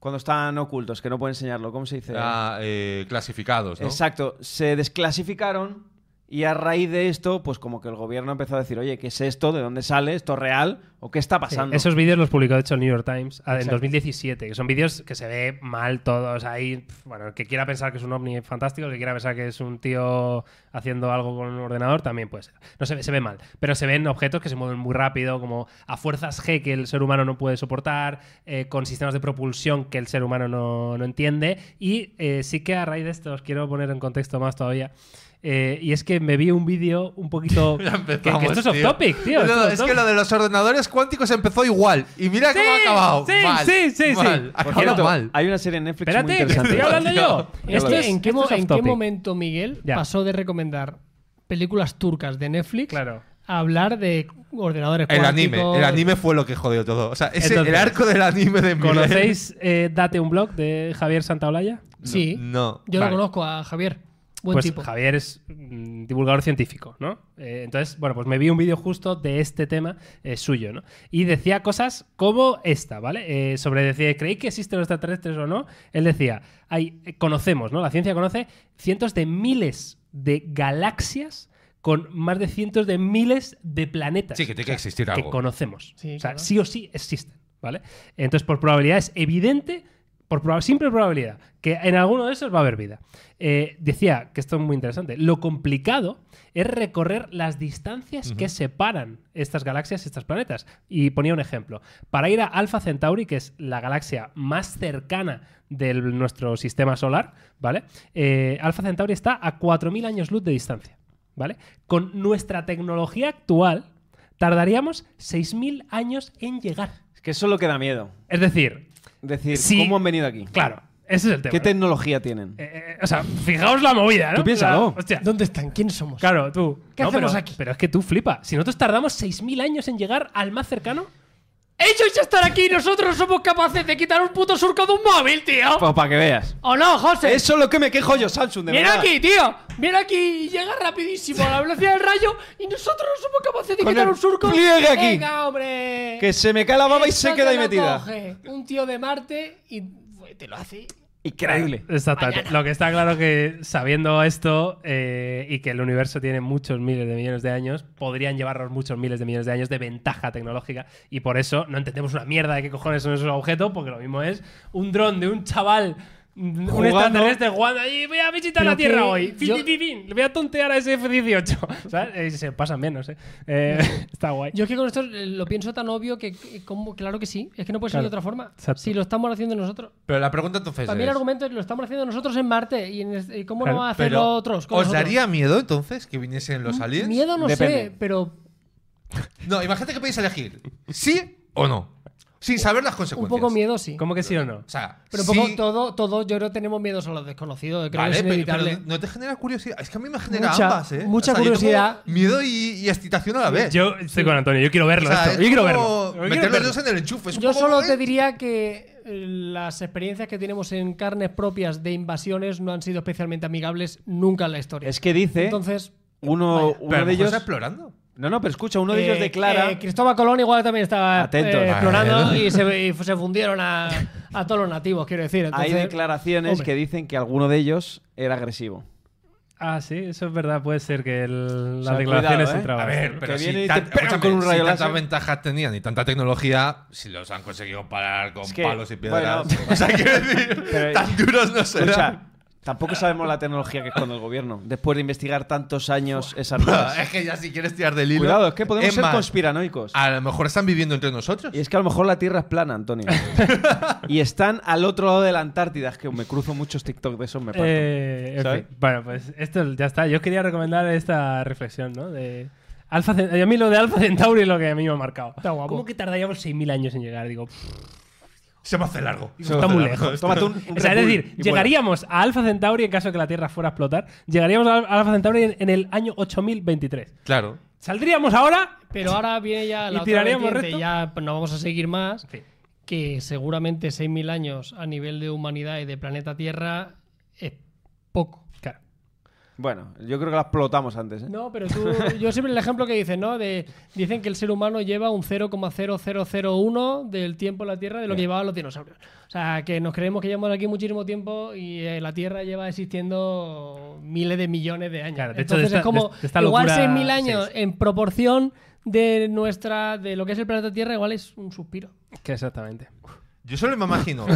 Cuando están ocultos, que no puedo enseñarlo. ¿Cómo se dice?
Ah, eh, clasificados, ¿no?
Exacto, se desclasificaron Y a raíz de esto, pues como que el gobierno empezó a decir, oye, ¿qué es esto? ¿De dónde sale? ¿Esto es real? ¿O qué está pasando?
Esos vídeos los publicó, de hecho, el New York Times ah, en
Exacto.
2017, que son vídeos que se ve mal todos ahí. pf, Bueno, el que quiera pensar que es un ovni fantástico, el que quiera pensar que es un tío haciendo algo con un ordenador, también puede ser. No se ve, se ve mal, pero se ven objetos que se mueven muy rápido, como a fuerzas G que el ser humano no puede soportar, eh, con sistemas de propulsión que el ser humano no, no entiende. Y eh, sí que a raíz de esto os quiero poner en contexto más todavía. eh, y es que me vi un vídeo un poquito...
Ya
que,
empezamos,
que esto es off topic, tío.
Pues
esto
No, no,
es
es
off
que
topic.
lo de los ordenadores cuánticos empezó igual. Y mira cómo ha acabado.
sí,
mal,
sí, sí, sí.
mal. Ha
Por
acabado
cierto,
mal.
Hay una serie en Netflix muy
Espérate, que
interesante.
estoy hablando yo.
Tío,
Esto
Este,
es-
¿En qué,
esto
mo-
es off
en qué
topic.
momento Miguel
Ya.
pasó de recomendar películas turcas de Netflix
Claro.
a hablar de ordenadores
El anime.
cuánticos?
El anime fue lo que jodió todo. O sea, ese-
Entonces,
el arco del anime de Miguel-
¿Conocéis eh, Date un blog de Javier Santaolalla?
Sí.
No.
Yo
Vale.
lo conozco a Javier. Buen
pues
tipo.
Javier es mm, divulgador científico, ¿no? Eh, entonces, bueno, pues me vi un vídeo justo de este tema eh, suyo, ¿no? Y decía cosas como esta, ¿vale? Eh, sobre decir, ¿creéis que existen los extraterrestres o no? Él decía, hay, eh, conocemos, ¿no? La ciencia conoce cientos de miles de galaxias con más de cientos de miles de planetas.
Sí, que tiene que
O sea,
existir
Que
algo.
conocemos.
Sí,
o sea,
claro.
sí o sí existen, ¿vale? Entonces, por probabilidad es evidente, por proba- simple probabilidad, que en alguno de esos va a haber vida. Eh, decía que esto es muy interesante. Lo complicado es recorrer las distancias que separan estas galaxias y estos planetas. Y ponía un ejemplo. Para ir a Alpha Centauri, que es la galaxia más cercana de nuestro sistema solar, ¿vale? Eh, Alpha Centauri está a 4.000 años luz de distancia, ¿vale? Con nuestra tecnología actual, tardaríamos 6.000 años en llegar.
Es que eso es lo que da miedo.
Es decir,
Decir,
Sí.
¿cómo han venido aquí?
claro, ese es el tema.
¿Qué
¿no?
tecnología tienen?
Eh, eh, o sea, fijaos la movida, ¿no?
Tú piénsalo.
O sea, hostia,
¿Dónde están? ¿Quién somos?
Claro, tú.
¿Qué hacemos
pero,
aquí?
Pero es que tú flipa. Si nosotros tardamos 6.000 años en llegar al más cercano, ellos ya están aquí y nosotros somos capaces de quitar un puto surco de un móvil, tío.
Pues para que veas.
¿O no, José?
Eso es lo que me quejo yo, Samsung, de
Viene
verdad.
aquí, tío. Viene aquí y llega rapidísimo a la velocidad del rayo y nosotros no somos capaces de
Con
quitar
el
un surco.
pliegue aquí.
Venga, hombre.
Que se me cae la baba y
Esto
se
te
queda ahí
lo
metida.
coge un tío de Marte y pues, te lo hace.
Increíble.
Exactamente. Lo que está claro que sabiendo esto eh, y que el universo tiene muchos miles de millones de años, podrían llevarnos muchos miles de millones de años de ventaja tecnológica y por eso no entendemos una mierda de qué cojones son esos objetos, porque lo mismo es un dron de un chaval. mm, Un
Jugando.
extraterrestre jugando allí, voy a visitar
Pero
la Tierra
que
hoy. Fin,
yo-
fin, fin, fin. Le voy a tontear a ese F-18. ¿Sabes? Eh, se pasan bien, no sé. Eh, está guay.
Yo es que con esto eh, lo pienso tan obvio que, que como- claro que sí. Es que no puede ser
Claro.
de otra forma.
Exacto.
Si lo estamos haciendo nosotros.
Pero la pregunta entonces
Para mí el
es,
argumento es lo estamos haciendo nosotros en Marte y, en este- y cómo
Claro,
no van a
pero,
hacerlo otros. con
¿Os
nosotros?
daría miedo entonces que viniesen
Mm,
los aliens?
miedo? No sé,
Depende.
pero
No, imagínate que podéis elegir. ¿Sí o no? Sin saber las
un
consecuencias.
poco miedo sí.
¿Cómo que sí o no?
O sea,
Pero un poco
sí,
todo, todo, yo creo que tenemos miedos a los desconocidos. Creo
vale,
que es
pero-
inevitable.
pero no te genera curiosidad. Es que a mí me genera
Mucha-
ambas, ¿eh?
mucha
O sea, yo tengo
curiosidad.
Miedo y, y excitación a la vez.
Yo estoy con Antonio, yo quiero
O
verlo
sea,
esto.
es
Yo quiero
como
verlo. Yo quiero
Meter los
verlo.
dedos en el enchufe. es un
Yo
poco
solo
como,
te
¿eh?
diría que eh, las experiencias que tenemos en carnes propias de invasiones no han sido especialmente amigables nunca en la historia.
Es que dice
Entonces,
uno,
Vaya.
Pero a
uno
lo
de
mejor
ellos.
está explorando.
No, no, pero escucha, uno de ellos
eh,
declara. Ah,
eh, Cristóbal Colón igual también estaba eh,
Atentos.
explorando
Vale.
y se, y se fundieron a, a todos los nativos, quiero decir.
hay
Entonces,
declaraciones
hombre.
que dicen que alguno de ellos era agresivo.
Ah, sí, eso es verdad. Puede ser que el-
O
las
sea,
declaraciones
cuidado, ¿eh?
entraban.
A ver, pero
que
si,
viene y
tan-
te pegan
escúchame,
con un
si
rayo
tantas
láser.
ventajas tenían y tanta tecnología, si los han conseguido parar con
Es que,
palos y piedras.
bueno,
o sea, quiero decir,
pero-
tan duros no serán.
Escucha, tampoco sabemos la tecnología que esconde el gobierno. Después de investigar tantos años esas
Buah,
cosas.
es que ya si quieres tirar del hilo.
pues- Cuidado, es que podemos
Es
ser
más,
conspiranoicos.
A lo mejor están viviendo entre nosotros.
Y es que a lo mejor la Tierra es plana, Antonio. y están al otro lado de la Antártida. Es que me cruzo muchos TikTok de esos, me parto.
Eh, en
¿Sabes?
fin. Bueno, pues esto ya está. Yo quería recomendar esta reflexión, ¿no? De Alfa Cent- A mí lo de Alfa Centauri es lo que a mí me ha marcado.
Está guapo.
¿Cómo que tardaríamos 6.000 años en llegar? Digo, pff,
Se me hace largo. Se me
está
hace
muy
largo.
lejos.
Tómate un, un
O sea,
Red
es
Bull
decir,
y
llegaríamos a Alfa Centauri en caso de que la Tierra fuera a explotar. Llegaríamos a Alfa Centauri en, en el año 8023.
Claro.
Saldríamos ahora.
Pero ahora viene ya la
¿Y
otra
tiraríamos
vertiente,
recto?
ya pues, no vamos a seguir más.
En fin.
que seguramente 6.000 años a nivel de humanidad y de planeta Tierra es poco.
Claro.
Bueno, yo creo que la explotamos antes. ¿eh?
No, pero tú, yo siempre el ejemplo que dicen, ¿no? De, dicen que el ser humano lleva un 0,0001 del tiempo en la Tierra de lo que llevaban los dinosaurios. O sea, que nos creemos que llevamos aquí muchísimo tiempo y eh, la Tierra lleva existiendo miles de millones de años.
Claro, de hecho, de esta-
Entonces es como,
de- de esta
igual
locura,
6.000 años
sí,
en proporción de nuestra de lo que es el planeta Tierra igual es un suspiro.
Que exactamente.
Yo solo me imagino que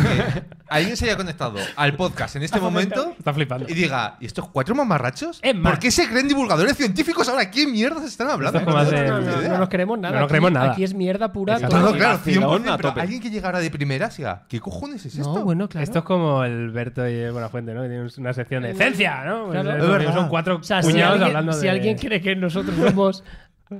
alguien se haya conectado al podcast en este momento
Está flipando.
y diga, ¿y estos cuatro mamarrachos?
Es más.
¿Por qué se creen divulgadores científicos ahora? ¿Qué mierdas están hablando?
Esto es como
No
hace-
tengo
No,
ni
no,
idea.
no nos creemos nada.
No nos
Aquí-
creemos nada.
Aquí es mierda pura.
Exacto.
todo.
No, no, claro,
Vacilón
100%,
a
pero
tope.
alguien que llegara de primeras y diga, ¿qué cojones es esto?
No, bueno, claro.
Esto es como el Berto y Buenafuente, ¿no? Que tiene una sección de ciencia, ¿no? Pues
Eh, Claro.
eso,
Es verdad.
Son cuatro
O sea, si
cuñados
alguien,
hablando
si
de...
alguien cree que nosotros somos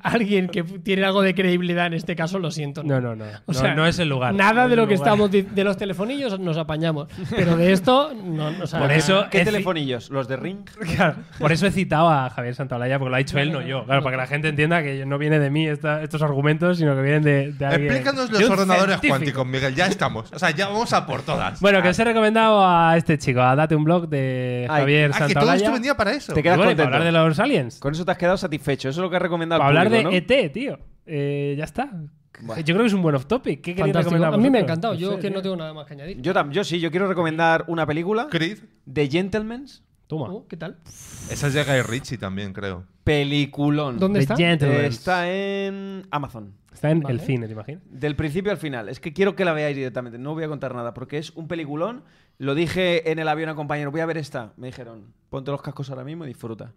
alguien que tiene algo de credibilidad en este caso, lo siento.
No, no, no. No-
O sea,
no es el lugar.
Nada
No
de
es
lo
el
que
lugar.
estamos di- de los telefonillos nos apañamos, pero de esto no, o sea,
Por eso,
¿Qué
es-
telefonillos? ¿Los de Ring?
claro, por eso he citado a Javier Santaolalla, porque lo ha dicho él, no yo. Claro, para que la gente entienda que no viene de mí esta- estos argumentos, sino que vienen de, de alguien.
Explícanos
de
los
un
ordenadores
científico.
cuánticos, Ah. Miguel. Ya estamos. O sea, ya vamos a por todas.
Bueno, que os he recomendado a este chico, a Date un Blog de
Ay,
Javier
Ah, que todo
Santaolalla.
esto venía para eso.
Te
Y
queda- quedas
bueno, y para
contento.
hablar de los aliens.
Con eso te has quedado satisfecho. Eso es lo que has recomendado
Para
al
hablar de
público, ¿no?
ET, tío. Eh, ya está.
Bueno.
Yo creo que es un buen off topic. ¿Qué queréis
fantástico.
recomendar
a mí me ha
vosotros?
encantado, yo
sé,
que
tío.
no tengo nada más que añadir.
Yo, tam- yo sí, yo quiero recomendar una película
Creed.
de Gentlemen.
Toma.
Oh, ¿Qué tal?
Esa es de Guy Ritchie también, creo.
Peliculón.
¿Dónde
The
está?
Gentlemen.
Eh, Está en Amazon.
Está en
Vale.
el cine, ¿te imaginas?
Del principio al final. Es que quiero que la veáis directamente. No voy a contar nada porque es un peliculón. Lo dije en el avión a compañero. Voy a ver esta. Me dijeron, ponte los cascos ahora mismo y disfruta.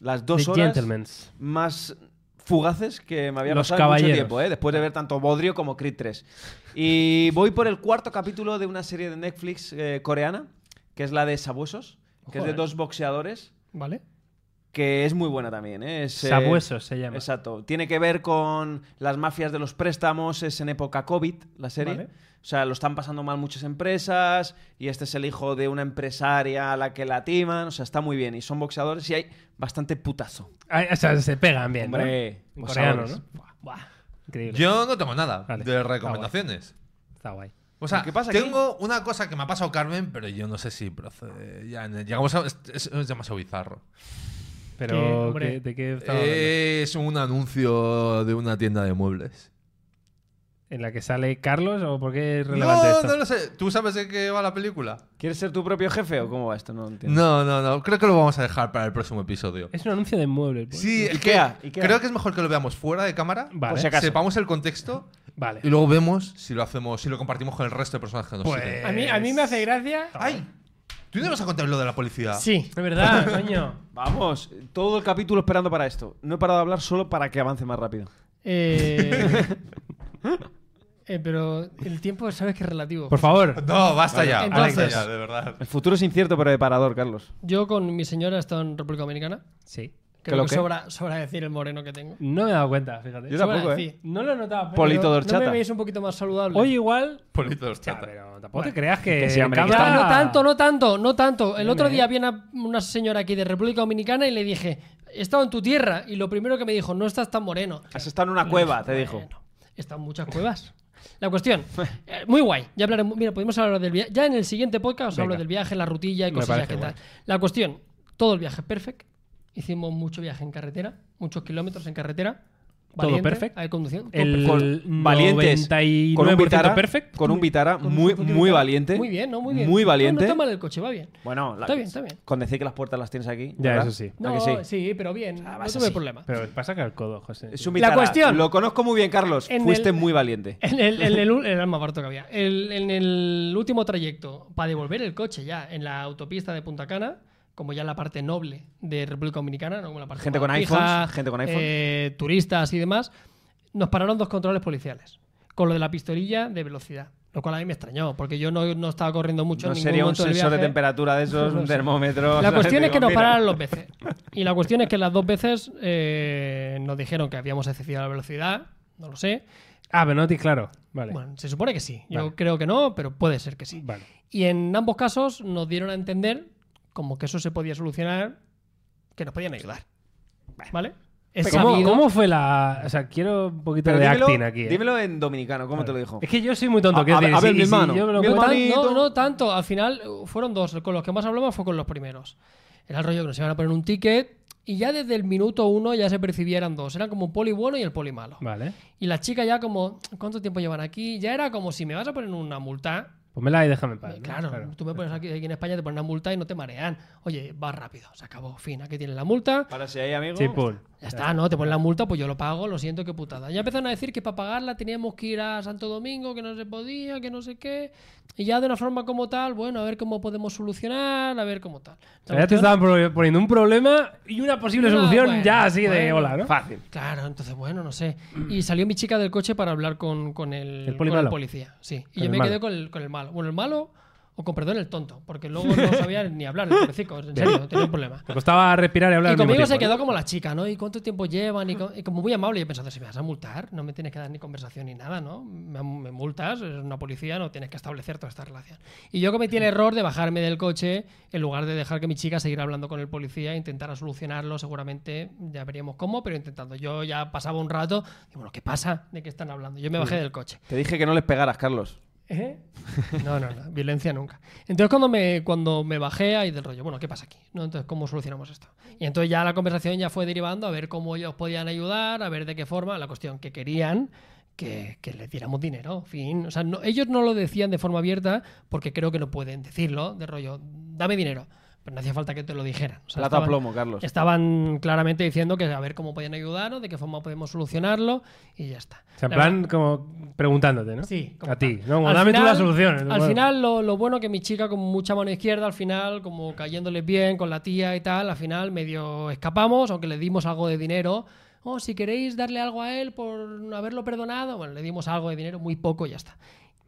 Las dos
The
horas
Gentlemen.
más fugaces que me había
Los
pasado en
caballeros.
mucho tiempo, ¿eh? después de ver tanto Bodrio como Creed 3. Y voy por el cuarto capítulo de una serie de Netflix eh, coreana, que es la de Sabuesos, que es de
Joder.
dos boxeadores,
Vale.
que es muy buena también. ¿eh? Es, eh,
Sabuesos se llama.
Exacto. Tiene que ver con las mafias de los préstamos, es en época COVID la serie.
Vale.
O sea, lo están pasando mal muchas empresas y este es el hijo de una empresaria a la que la timan. O sea, está muy bien. Y son boxeadores y hay bastante putazo.
Ah, O sea, se pegan bien,
Hombre,
¿no? En
pues
coreano,
sabores.
¿no? Buah, buah, Increíble.
Yo no tengo nada
Vale. Ah,
de recomendaciones.
Está guay.
O sea,
¿Qué pasa aquí?
tengo una cosa que me ha pasado Carmen, pero yo no sé si procede. Ya, llegamos a. Es, es- es demasiado bizarro.
Que,
Pero,
hombre,
¿qué- ¿de qué estaba hablando?
Eh,
Es un anuncio de una tienda de muebles.
¿En la que sale Carlos o por qué es relevante
No,
esto?
no lo sé. ¿Tú sabes de qué va la película?
¿Quieres ser tu propio jefe o cómo va esto? No lo entiendo.
No, no, no. Creo que lo vamos a dejar para el próximo episodio.
Es un anuncio de muebles. pues.
Sí, el que.
Ikea, Ikea.
Creo que es mejor que lo veamos fuera de cámara.
Vale.
por si acaso.
Sepamos el contexto
Vale.
y luego vemos si lo hacemos, si lo compartimos con el resto de personas que nos
Pues-
siguen.
A mí, a mí me hace gracia.
¡Ay! ¿Tú no vas a contar lo de la policía?
Sí.
Es verdad, coño.
Vamos, todo el capítulo esperando para esto. No he parado de hablar solo para que avance más rápido.
Eh, eh, pero el tiempo sabes que es relativo.
Por favor.
No, basta ya.
Entonces-
basta ya, de verdad.
El futuro es incierto pero deparador, Carlos.
Yo con mi señora he estado en República Dominicana.
Sí.
¿Que
Creo
lo
que
qué?
sobra, sobra decir el moreno que tengo.
No me he dado cuenta, fíjate.
Yo
Sobra
tampoco, ¿eh?
decir.
No lo notaba. pero-
Polito de
¿No me
horchata.
veis un poquito más saludable?
Hoy igual.
Polito de horchata.
Ya, pero tampoco te creas que.
Que sí, hombre, que
Cabra-
Ah, no tanto, no tanto, no tanto. El otro día viene una señora aquí de República Dominicana y le dije, he estado en tu tierra. Y lo primero que me dijo, no estás tan moreno.
Has estado en una cueva, te dijo.
Bueno, he estado en muchas cuevas. La cuestión, eh, muy guay. Ya hablaremos, mira, podemos hablar del viaje. Ya en el siguiente podcast os
Venga.
hablo del viaje, la rutilla y
Me
cosas
parece
que tal. La cuestión, todo el viaje perfecto. Hicimos mucho viaje en carretera, muchos kilómetros en carretera.
Todo
Valiente,
perfect.
ahí conduciendo, todo
El
perfect.
valientes. Con un
99%
Vitara,
perfect.
con un Vitara
Con un
muy,
futuro
muy
tal.
valiente.
Muy bien, ¿no? Muy bien.
Muy
No,
valiente.
no está mal el coche, va bien.
Bueno, la-
Está bien, está bien.
Con decir que las puertas las tienes aquí.
Ya,
¿verdad?
eso sí.
¿A que
No,
sí?
sí? pero bien.
Ah,
no
vas
tuve
así.
problema.
Pero pasa que al codo, José.
Es un
La
Vitara.
cuestión-
Lo conozco muy bien, Carlos.
En
Fuiste
el-
muy valiente.
En el, en el ul- era el más barato que había. El- en el último trayecto, para devolver el coche ya en la autopista de Punta Cana, como ya la parte noble de República Dominicana, no como la parte
Gente con
Guadalquivir,
iPhones, gente con iPhone.
eh, turistas y demás, nos pararon dos controles policiales con lo de la pistolilla de velocidad. Lo cual a mí me extrañó, porque yo no, no estaba corriendo mucho.
No
en ningún
sería un
momento del
sensor de
viaje.
temperatura de esos, un termómetro.
La
¿sabes?
cuestión es
Digo,
que nos
mira.
pararon los veces. Y la cuestión es que las dos veces eh, nos dijeron que habíamos excedido la velocidad, no lo sé.
Ah, pero no ti- claro. Vale.
Bueno, se supone que sí. Yo
Vale.
creo que no, pero puede ser que sí.
Vale.
Y en ambos casos nos dieron a entender como que eso se podía solucionar, que nos podían ayudar. ¿Vale? es
¿Cómo,
sabido-
cómo fue la.? O sea, quiero un poquito
Pero
de
dímelo,
acting aquí. eh.
dímelo en dominicano, ¿cómo te lo dijo?
Es que yo soy muy tonto.
A-
quiero
a-
decir,
a ver,
sí,
mi
sí,
hermano,
yo me lo
mi
cuento-
hermano-
No,
Juanito.
no tanto. Al final eh, fueron dos. Con los que más hablamos fue con los primeros. Era el rollo que nos iban a poner un ticket y ya desde el minuto uno ya se percibía eran dos. Era como un poli bueno y el poli malo.
Vale.
Y la chica ya como, ¿cuánto tiempo llevan aquí? Ya era como si me vas a poner una multa. eh,
Pónmela y déjame en paz. ¿no?
Claro, tú me pones aquí, aquí en España, te ponen una multa y no te marean. Oye, va rápido, se acabó, fin, aquí tienes la multa.
Ahora sí, ahí, amigo.
Sí, pum.
Ya está, ¿no? Te ponen la multa, pues yo lo pago, lo siento, qué putada. Ya empezaron a decir que para pagarla teníamos que ir a Santo Domingo, que no se podía, que no sé qué. Y ya de una forma como tal, bueno, a ver cómo podemos solucionar, a ver cómo tal.
O sea, ya te estaban pro- poniendo un problema y una posible
No,
solución
Ah, bueno,
ya así de
bueno.
hola, ¿no?
Fácil.
Claro, entonces, bueno, no sé. Y salió mi chica del coche para hablar con, con el,
¿El poli
con el
malo?
policía. Sí. Y
Con el
yo me
malo.
quedé con el, con el malo. Bueno, el malo, o con perdón, el tonto, porque luego no sabía ni hablar, el pobrecito, en serio, tenía un problema.
Te costaba respirar y hablar
Y
al mismo
conmigo se
tiempo,
quedó como la chica, ¿no? ¿Y cuánto tiempo llevan? Y, co- y como muy amable, yo pensando, si me vas a multar, no me tienes que dar ni conversación ni nada, ¿no? Me, me multas, eres una policía, no tienes que establecer toda esta relación. Y yo cometí el error de bajarme del coche en lugar de dejar que mi chica siguiera hablando con el policía, intentara solucionarlo, seguramente ya veríamos cómo, pero intentando. Yo ya pasaba un rato, y bueno, ¿qué pasa? ¿De qué están hablando? Yo me bajé
Mm.
del coche.
Te dije que no les pegaras, Carlos.
¿Eh? No, no, no, violencia nunca. Entonces cuando me, cuando me bajé ahí del rollo, bueno, ¿qué pasa aquí? ¿No? Entonces, ¿cómo solucionamos esto? Y entonces ya la conversación ya fue derivando a ver cómo ellos podían ayudar, a ver de qué forma, la cuestión que querían que, que les diéramos dinero, fin. O sea, no- ellos no lo decían de forma abierta porque creo que no pueden decirlo, de rollo, dame dinero. Pero no hacía falta que te lo dijeran. O sea,
Plata
estaban-
plomo, Carlos.
Estaban claramente diciendo que a ver cómo podían ayudarnos, de qué forma podemos solucionarlo y ya está.
O sea, en
La
plan, como preguntándote, ¿no?
Sí, como
A ti.
tal.
No, como
Al
dame tú
final-
la solución.
Al
Bueno.
final, lo, lo bueno que mi chica, con mucha mano izquierda, al final, como cayéndole bien con la tía y tal, al final medio escapamos, aunque le dimos algo de dinero. Oh, si queréis darle algo a él por no haberlo perdonado, bueno, le dimos algo de dinero, muy poco y ya está.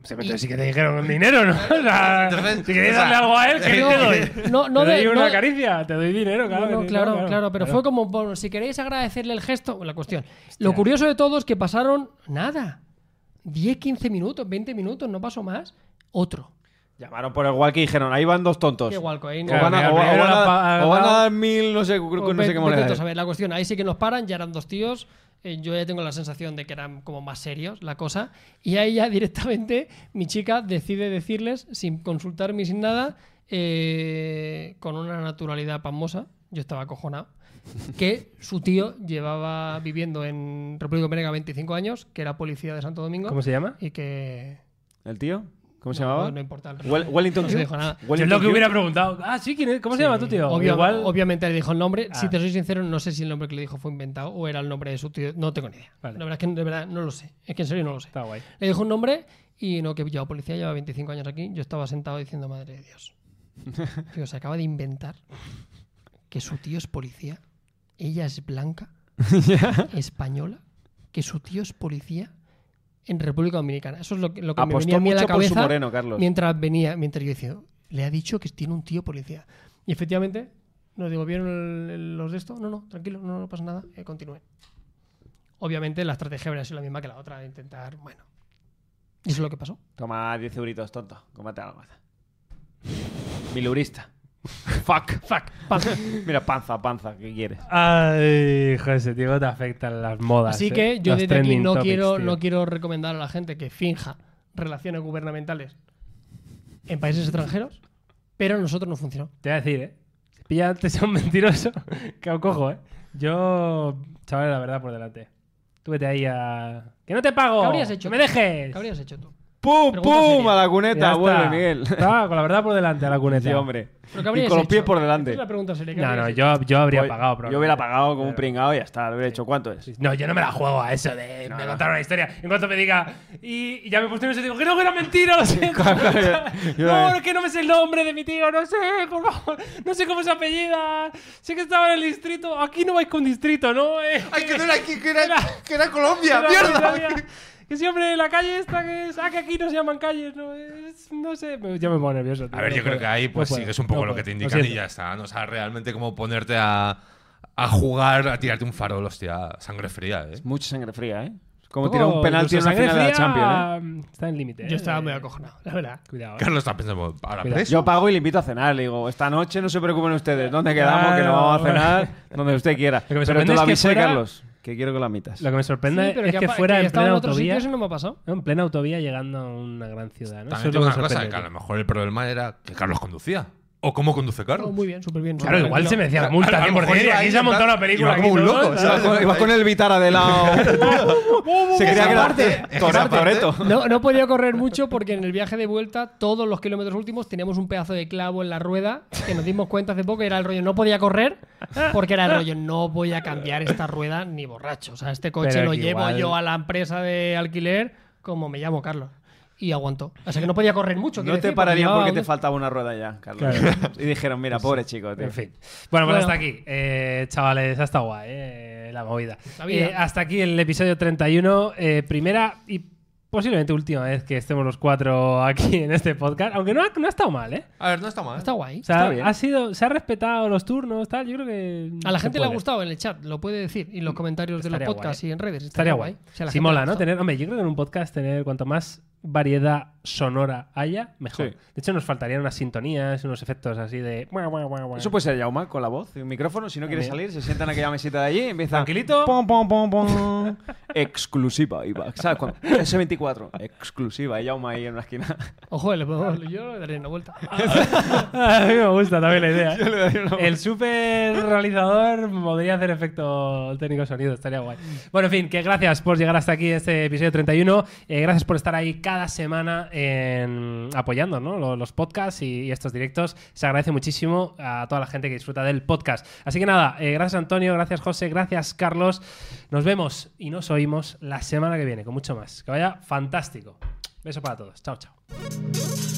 Sí, pero sí que te dijeron dinero, ¿no? O sea,
Entonces,
si querías
o sea,
darle algo a él, ¿qué
no,
te doy?
no, no
te doy
de-
una
no-
caricia, te doy dinero, claro.
No, no,
que-
claro, claro, pero fue como, bueno, si queréis agradecerle el gesto, la cuestión. Lo curioso de todo es que pasaron nada, 10, 15 minutos, 20 minutos, no pasó más, otro.
Llamaron por el walkie y dijeron, ahí van dos tontos.
Qué ¿eh? gualco, ahí
O
no-
Claro,
van a-
mira,
o- o
primero
van
la pa-
a o van a
la-
dar mil, no sé, creo- no
Pues
sé
ve-
qué
ve
moneda.
tú
es.
a ver, la cuestión, ahí sí que nos paran, ya eran dos tíos. eh, Yo ya tengo la sensación de que eran como más serios la cosa. Y ahí ya directamente mi chica decide decirles, sin consultarme y sin nada, eh, con una naturalidad pasmosa, yo estaba acojonado, que su tío llevaba viviendo en República Dominicana 25 años, que era policía de Santo Domingo.
¿Cómo se llama?
Y que.
¿El tío? ¿Cómo se
no,
llamaba?
No, importa. el
Wel- Wellington
No se
Q.
dijo nada.
Yo es
Wellington
lo que
Q.
hubiera preguntado. Ah, sí, ¿quién es? ¿cómo se llama tu tío?
Obvio-
Igual.
Obviamente le dijo el nombre.
Ah.
Si te soy sincero, no sé si el nombre que le dijo fue inventado o era el nombre de su tío. No tengo ni idea.
Vale.
La verdad es que de verdad no lo sé. Es que en serio no lo sé.
Está guay.
Le dijo un nombre y no, que lleva policía, lleva 25 años aquí. Yo estaba sentado diciendo, madre de Dios. Tío, se acaba de inventar que su tío es policía. Ella es blanca, española, que su tío es policía en República Dominicana. Eso es lo que, lo que me venía
Apostó
a mí a la
mucho por su
cabeza
moreno, Carlos.
mientras venía, mientras yo decía, le ha dicho que tiene un tío policía. Y efectivamente, nos digo, ¿vieron el- el- los de esto? No, no, tranquilo, no, no pasa nada, eh, continúe. Obviamente la estrategia habría sido la misma que la otra, de intentar, bueno. Y eso es lo que pasó.
Toma 10 euritos, tonto. Cómate algo. Milurista. Fuck. Fuck. Mira, panza, panza, ¿qué quieres?
Ay, José, tío, te afectan las modas.
Así
eh.
que yo
Los
desde aquí
trending
no,
topics,
quiero,
tío.
no quiero recomendar a la gente que finja relaciones gubernamentales en países extranjeros, pero a nosotros no funcionó.
Te voy a decir, ¿eh? Si pilla antes a un mentiroso, que os cojo, ¿eh? Yo, chaval, la verdad por delante. Tú vete ahí a... ¡Que no te pago!
¿Qué habrías hecho
¡Que me
tú?
dejes!
¿Qué habrías hecho tú?
¡Pum,
Pregunta
pum!
seria.
A la
Ya
cuneta,
está.
vuelve, Miguel.
Estaba con la verdad por delante a la cuneta.
Sí, hombre.
¿Pero qué
Y
habrías
con los pies
hecho?
por
Esta es
delante.
la pregunta seria, ¿qué
No, no,
habrías
yo, yo habría
Voy-
pagado, pero...
Yo hubiera pagado como un
Pero-
pringado y ya está. Le hubiera dicho, ¿cuánto es?
No, yo no me la juego a eso de me contar una historia. En cuanto me diga, y, y ya me he puesto en eso y digo, que no, que era mentira, lo sé.
yo-
no, es que no me sé el nombre de mi tío, no sé, por favor, no sé cómo se apellida. Sé que estaba en el distrito, aquí no vais con distrito, ¿no? Eh,
Ay, que no era aquí, que era,
Era-
que era Colombia,
que la
mierda.
Colombia- Que siempre la calle esta que es. Ah, que aquí no se llaman calles, no, es- no sé. me- Ya me pongo nervioso. tío,
A ver,
no
yo creo
puedo,
que ahí
no
pues
puedo,
sí que es un poco
no
lo que
puedo,
te
lo
indican y
siento.
ya está. ¿no? O sea, realmente como ponerte a, a jugar, a tirarte un farol, hostia, sangre fría, ¿eh?
Mucha sangre fría, ¿eh? Como tirar
Oh,
un penalti
pues
en una final de la Champions. ¿eh?
Champions. Está en límite.
Yo
eh.
estaba muy acojonado, la verdad.
Cuidado. eh.
Carlos está pensando, ahora
Mira,
preso.
Yo pago y le invito a cenar. Le digo, esta noche no se preocupen ustedes. ¿Dónde quedamos? Que nos vamos a cenar donde usted quiera.
que me
Pero te
sorprende
lo
es que
avisé,
fuera-
Carlos, que quiero que lo mitas.
Lo que me sorprende
Sí, pero
es que,
apa-
fuera
he
en
estado
plena
en otro
autovía.
sitio y eso no me ha pasado.
¿no? En plena autovía llegando a una gran ciudad. ¿no? Eso
También
es
tengo
lo
una
que me
cosa,
sorprende,
que a lo
tío.
mejor el problema era que Carlos conducía. O cómo conduce Carlos.
Oh, muy bien, súper bien.
Claro, igual se me decía la multa.
A lo
tío, porque
mejor iba
aquí
ahí,
se ha
en plan,
montado una película.
iba como
aquí,
un
¿no?
loco,
Ibas
¿sabes?
con- ibas con el Vitara de lado. se quería quedar Toreto,
aparte-
Toreto.
No, no podía correr mucho porque en el viaje de vuelta, todos los kilómetros últimos, teníamos un pedazo de clavo en la rueda que nos dimos cuenta hace poco y era el rollo. No podía correr porque era el rollo. No voy a cambiar esta rueda ni borracho. O sea, este coche
Pero
lo
que
llevo
igual-
yo a la empresa de alquiler como me llamo Carlos. Y aguantó. O sea, que no podía correr mucho. quiero
No te
decir,
pararían
llevaba
porque te
un-
faltaba una rueda ya, Carlos. Y dijeron, mira, pobre chico, tío.
En fin. Bueno, pues
Bueno.
hasta aquí. Eh, chavales, hasta guay eh, la movida.
La vida.
Eh, hasta aquí el episodio 31. eh, primera y posiblemente última vez que estemos los cuatro aquí en este podcast. Aunque no ha, no ha estado mal, ¿eh?
A ver, no está mal.
Está guay.
O sea,
Está bien.
Ha sido, se ha respetado los turnos, tal. Yo creo que.
A la gente
se
le ha
puede.
gustado en el chat, lo puede decir. Y en los comentarios de
Estaría
los podcasts
guay.
y en redes.
Estaría guay.
Si a la
Si
gente le ha
mola, ¿no?
gustado.
Tener, hombre, yo creo que en un podcast tener cuanto más variedad sonora haya, mejor.
Sí.
De hecho, nos faltarían unas sintonías, unos efectos así de.
Eso puede ser Yauma con la voz y un micrófono. Si no quiere
También.
salir, se sienta en aquella mesita de allí y empieza.
Tranquilito.
Pom, pom, pom, pom. Exclusiva, Ibax. ¿Sabes cuándo? S24. Exclusiva. Y Yauma ahí en una esquina.
Ojo, le podemos- yo le daré una vuelta.
A mí me gusta también la idea. ¿eh?
Yo le daría una
El super realizador podría hacer efecto técnico sonido, estaría guay. Bueno, en fin, que gracias por llegar hasta aquí este episodio 31. Eh, gracias por estar ahí cada semana en- apoyando ¿no? Lo- los, podcasts y, y estos directos. Se agradece muchísimo a toda la gente que disfruta del podcast. Así que nada, eh, gracias Antonio, gracias José, gracias Carlos. Nos vemos y nos oímos la semana que viene con mucho más. Que vaya fantástico. Beso para todos. Chao, chao.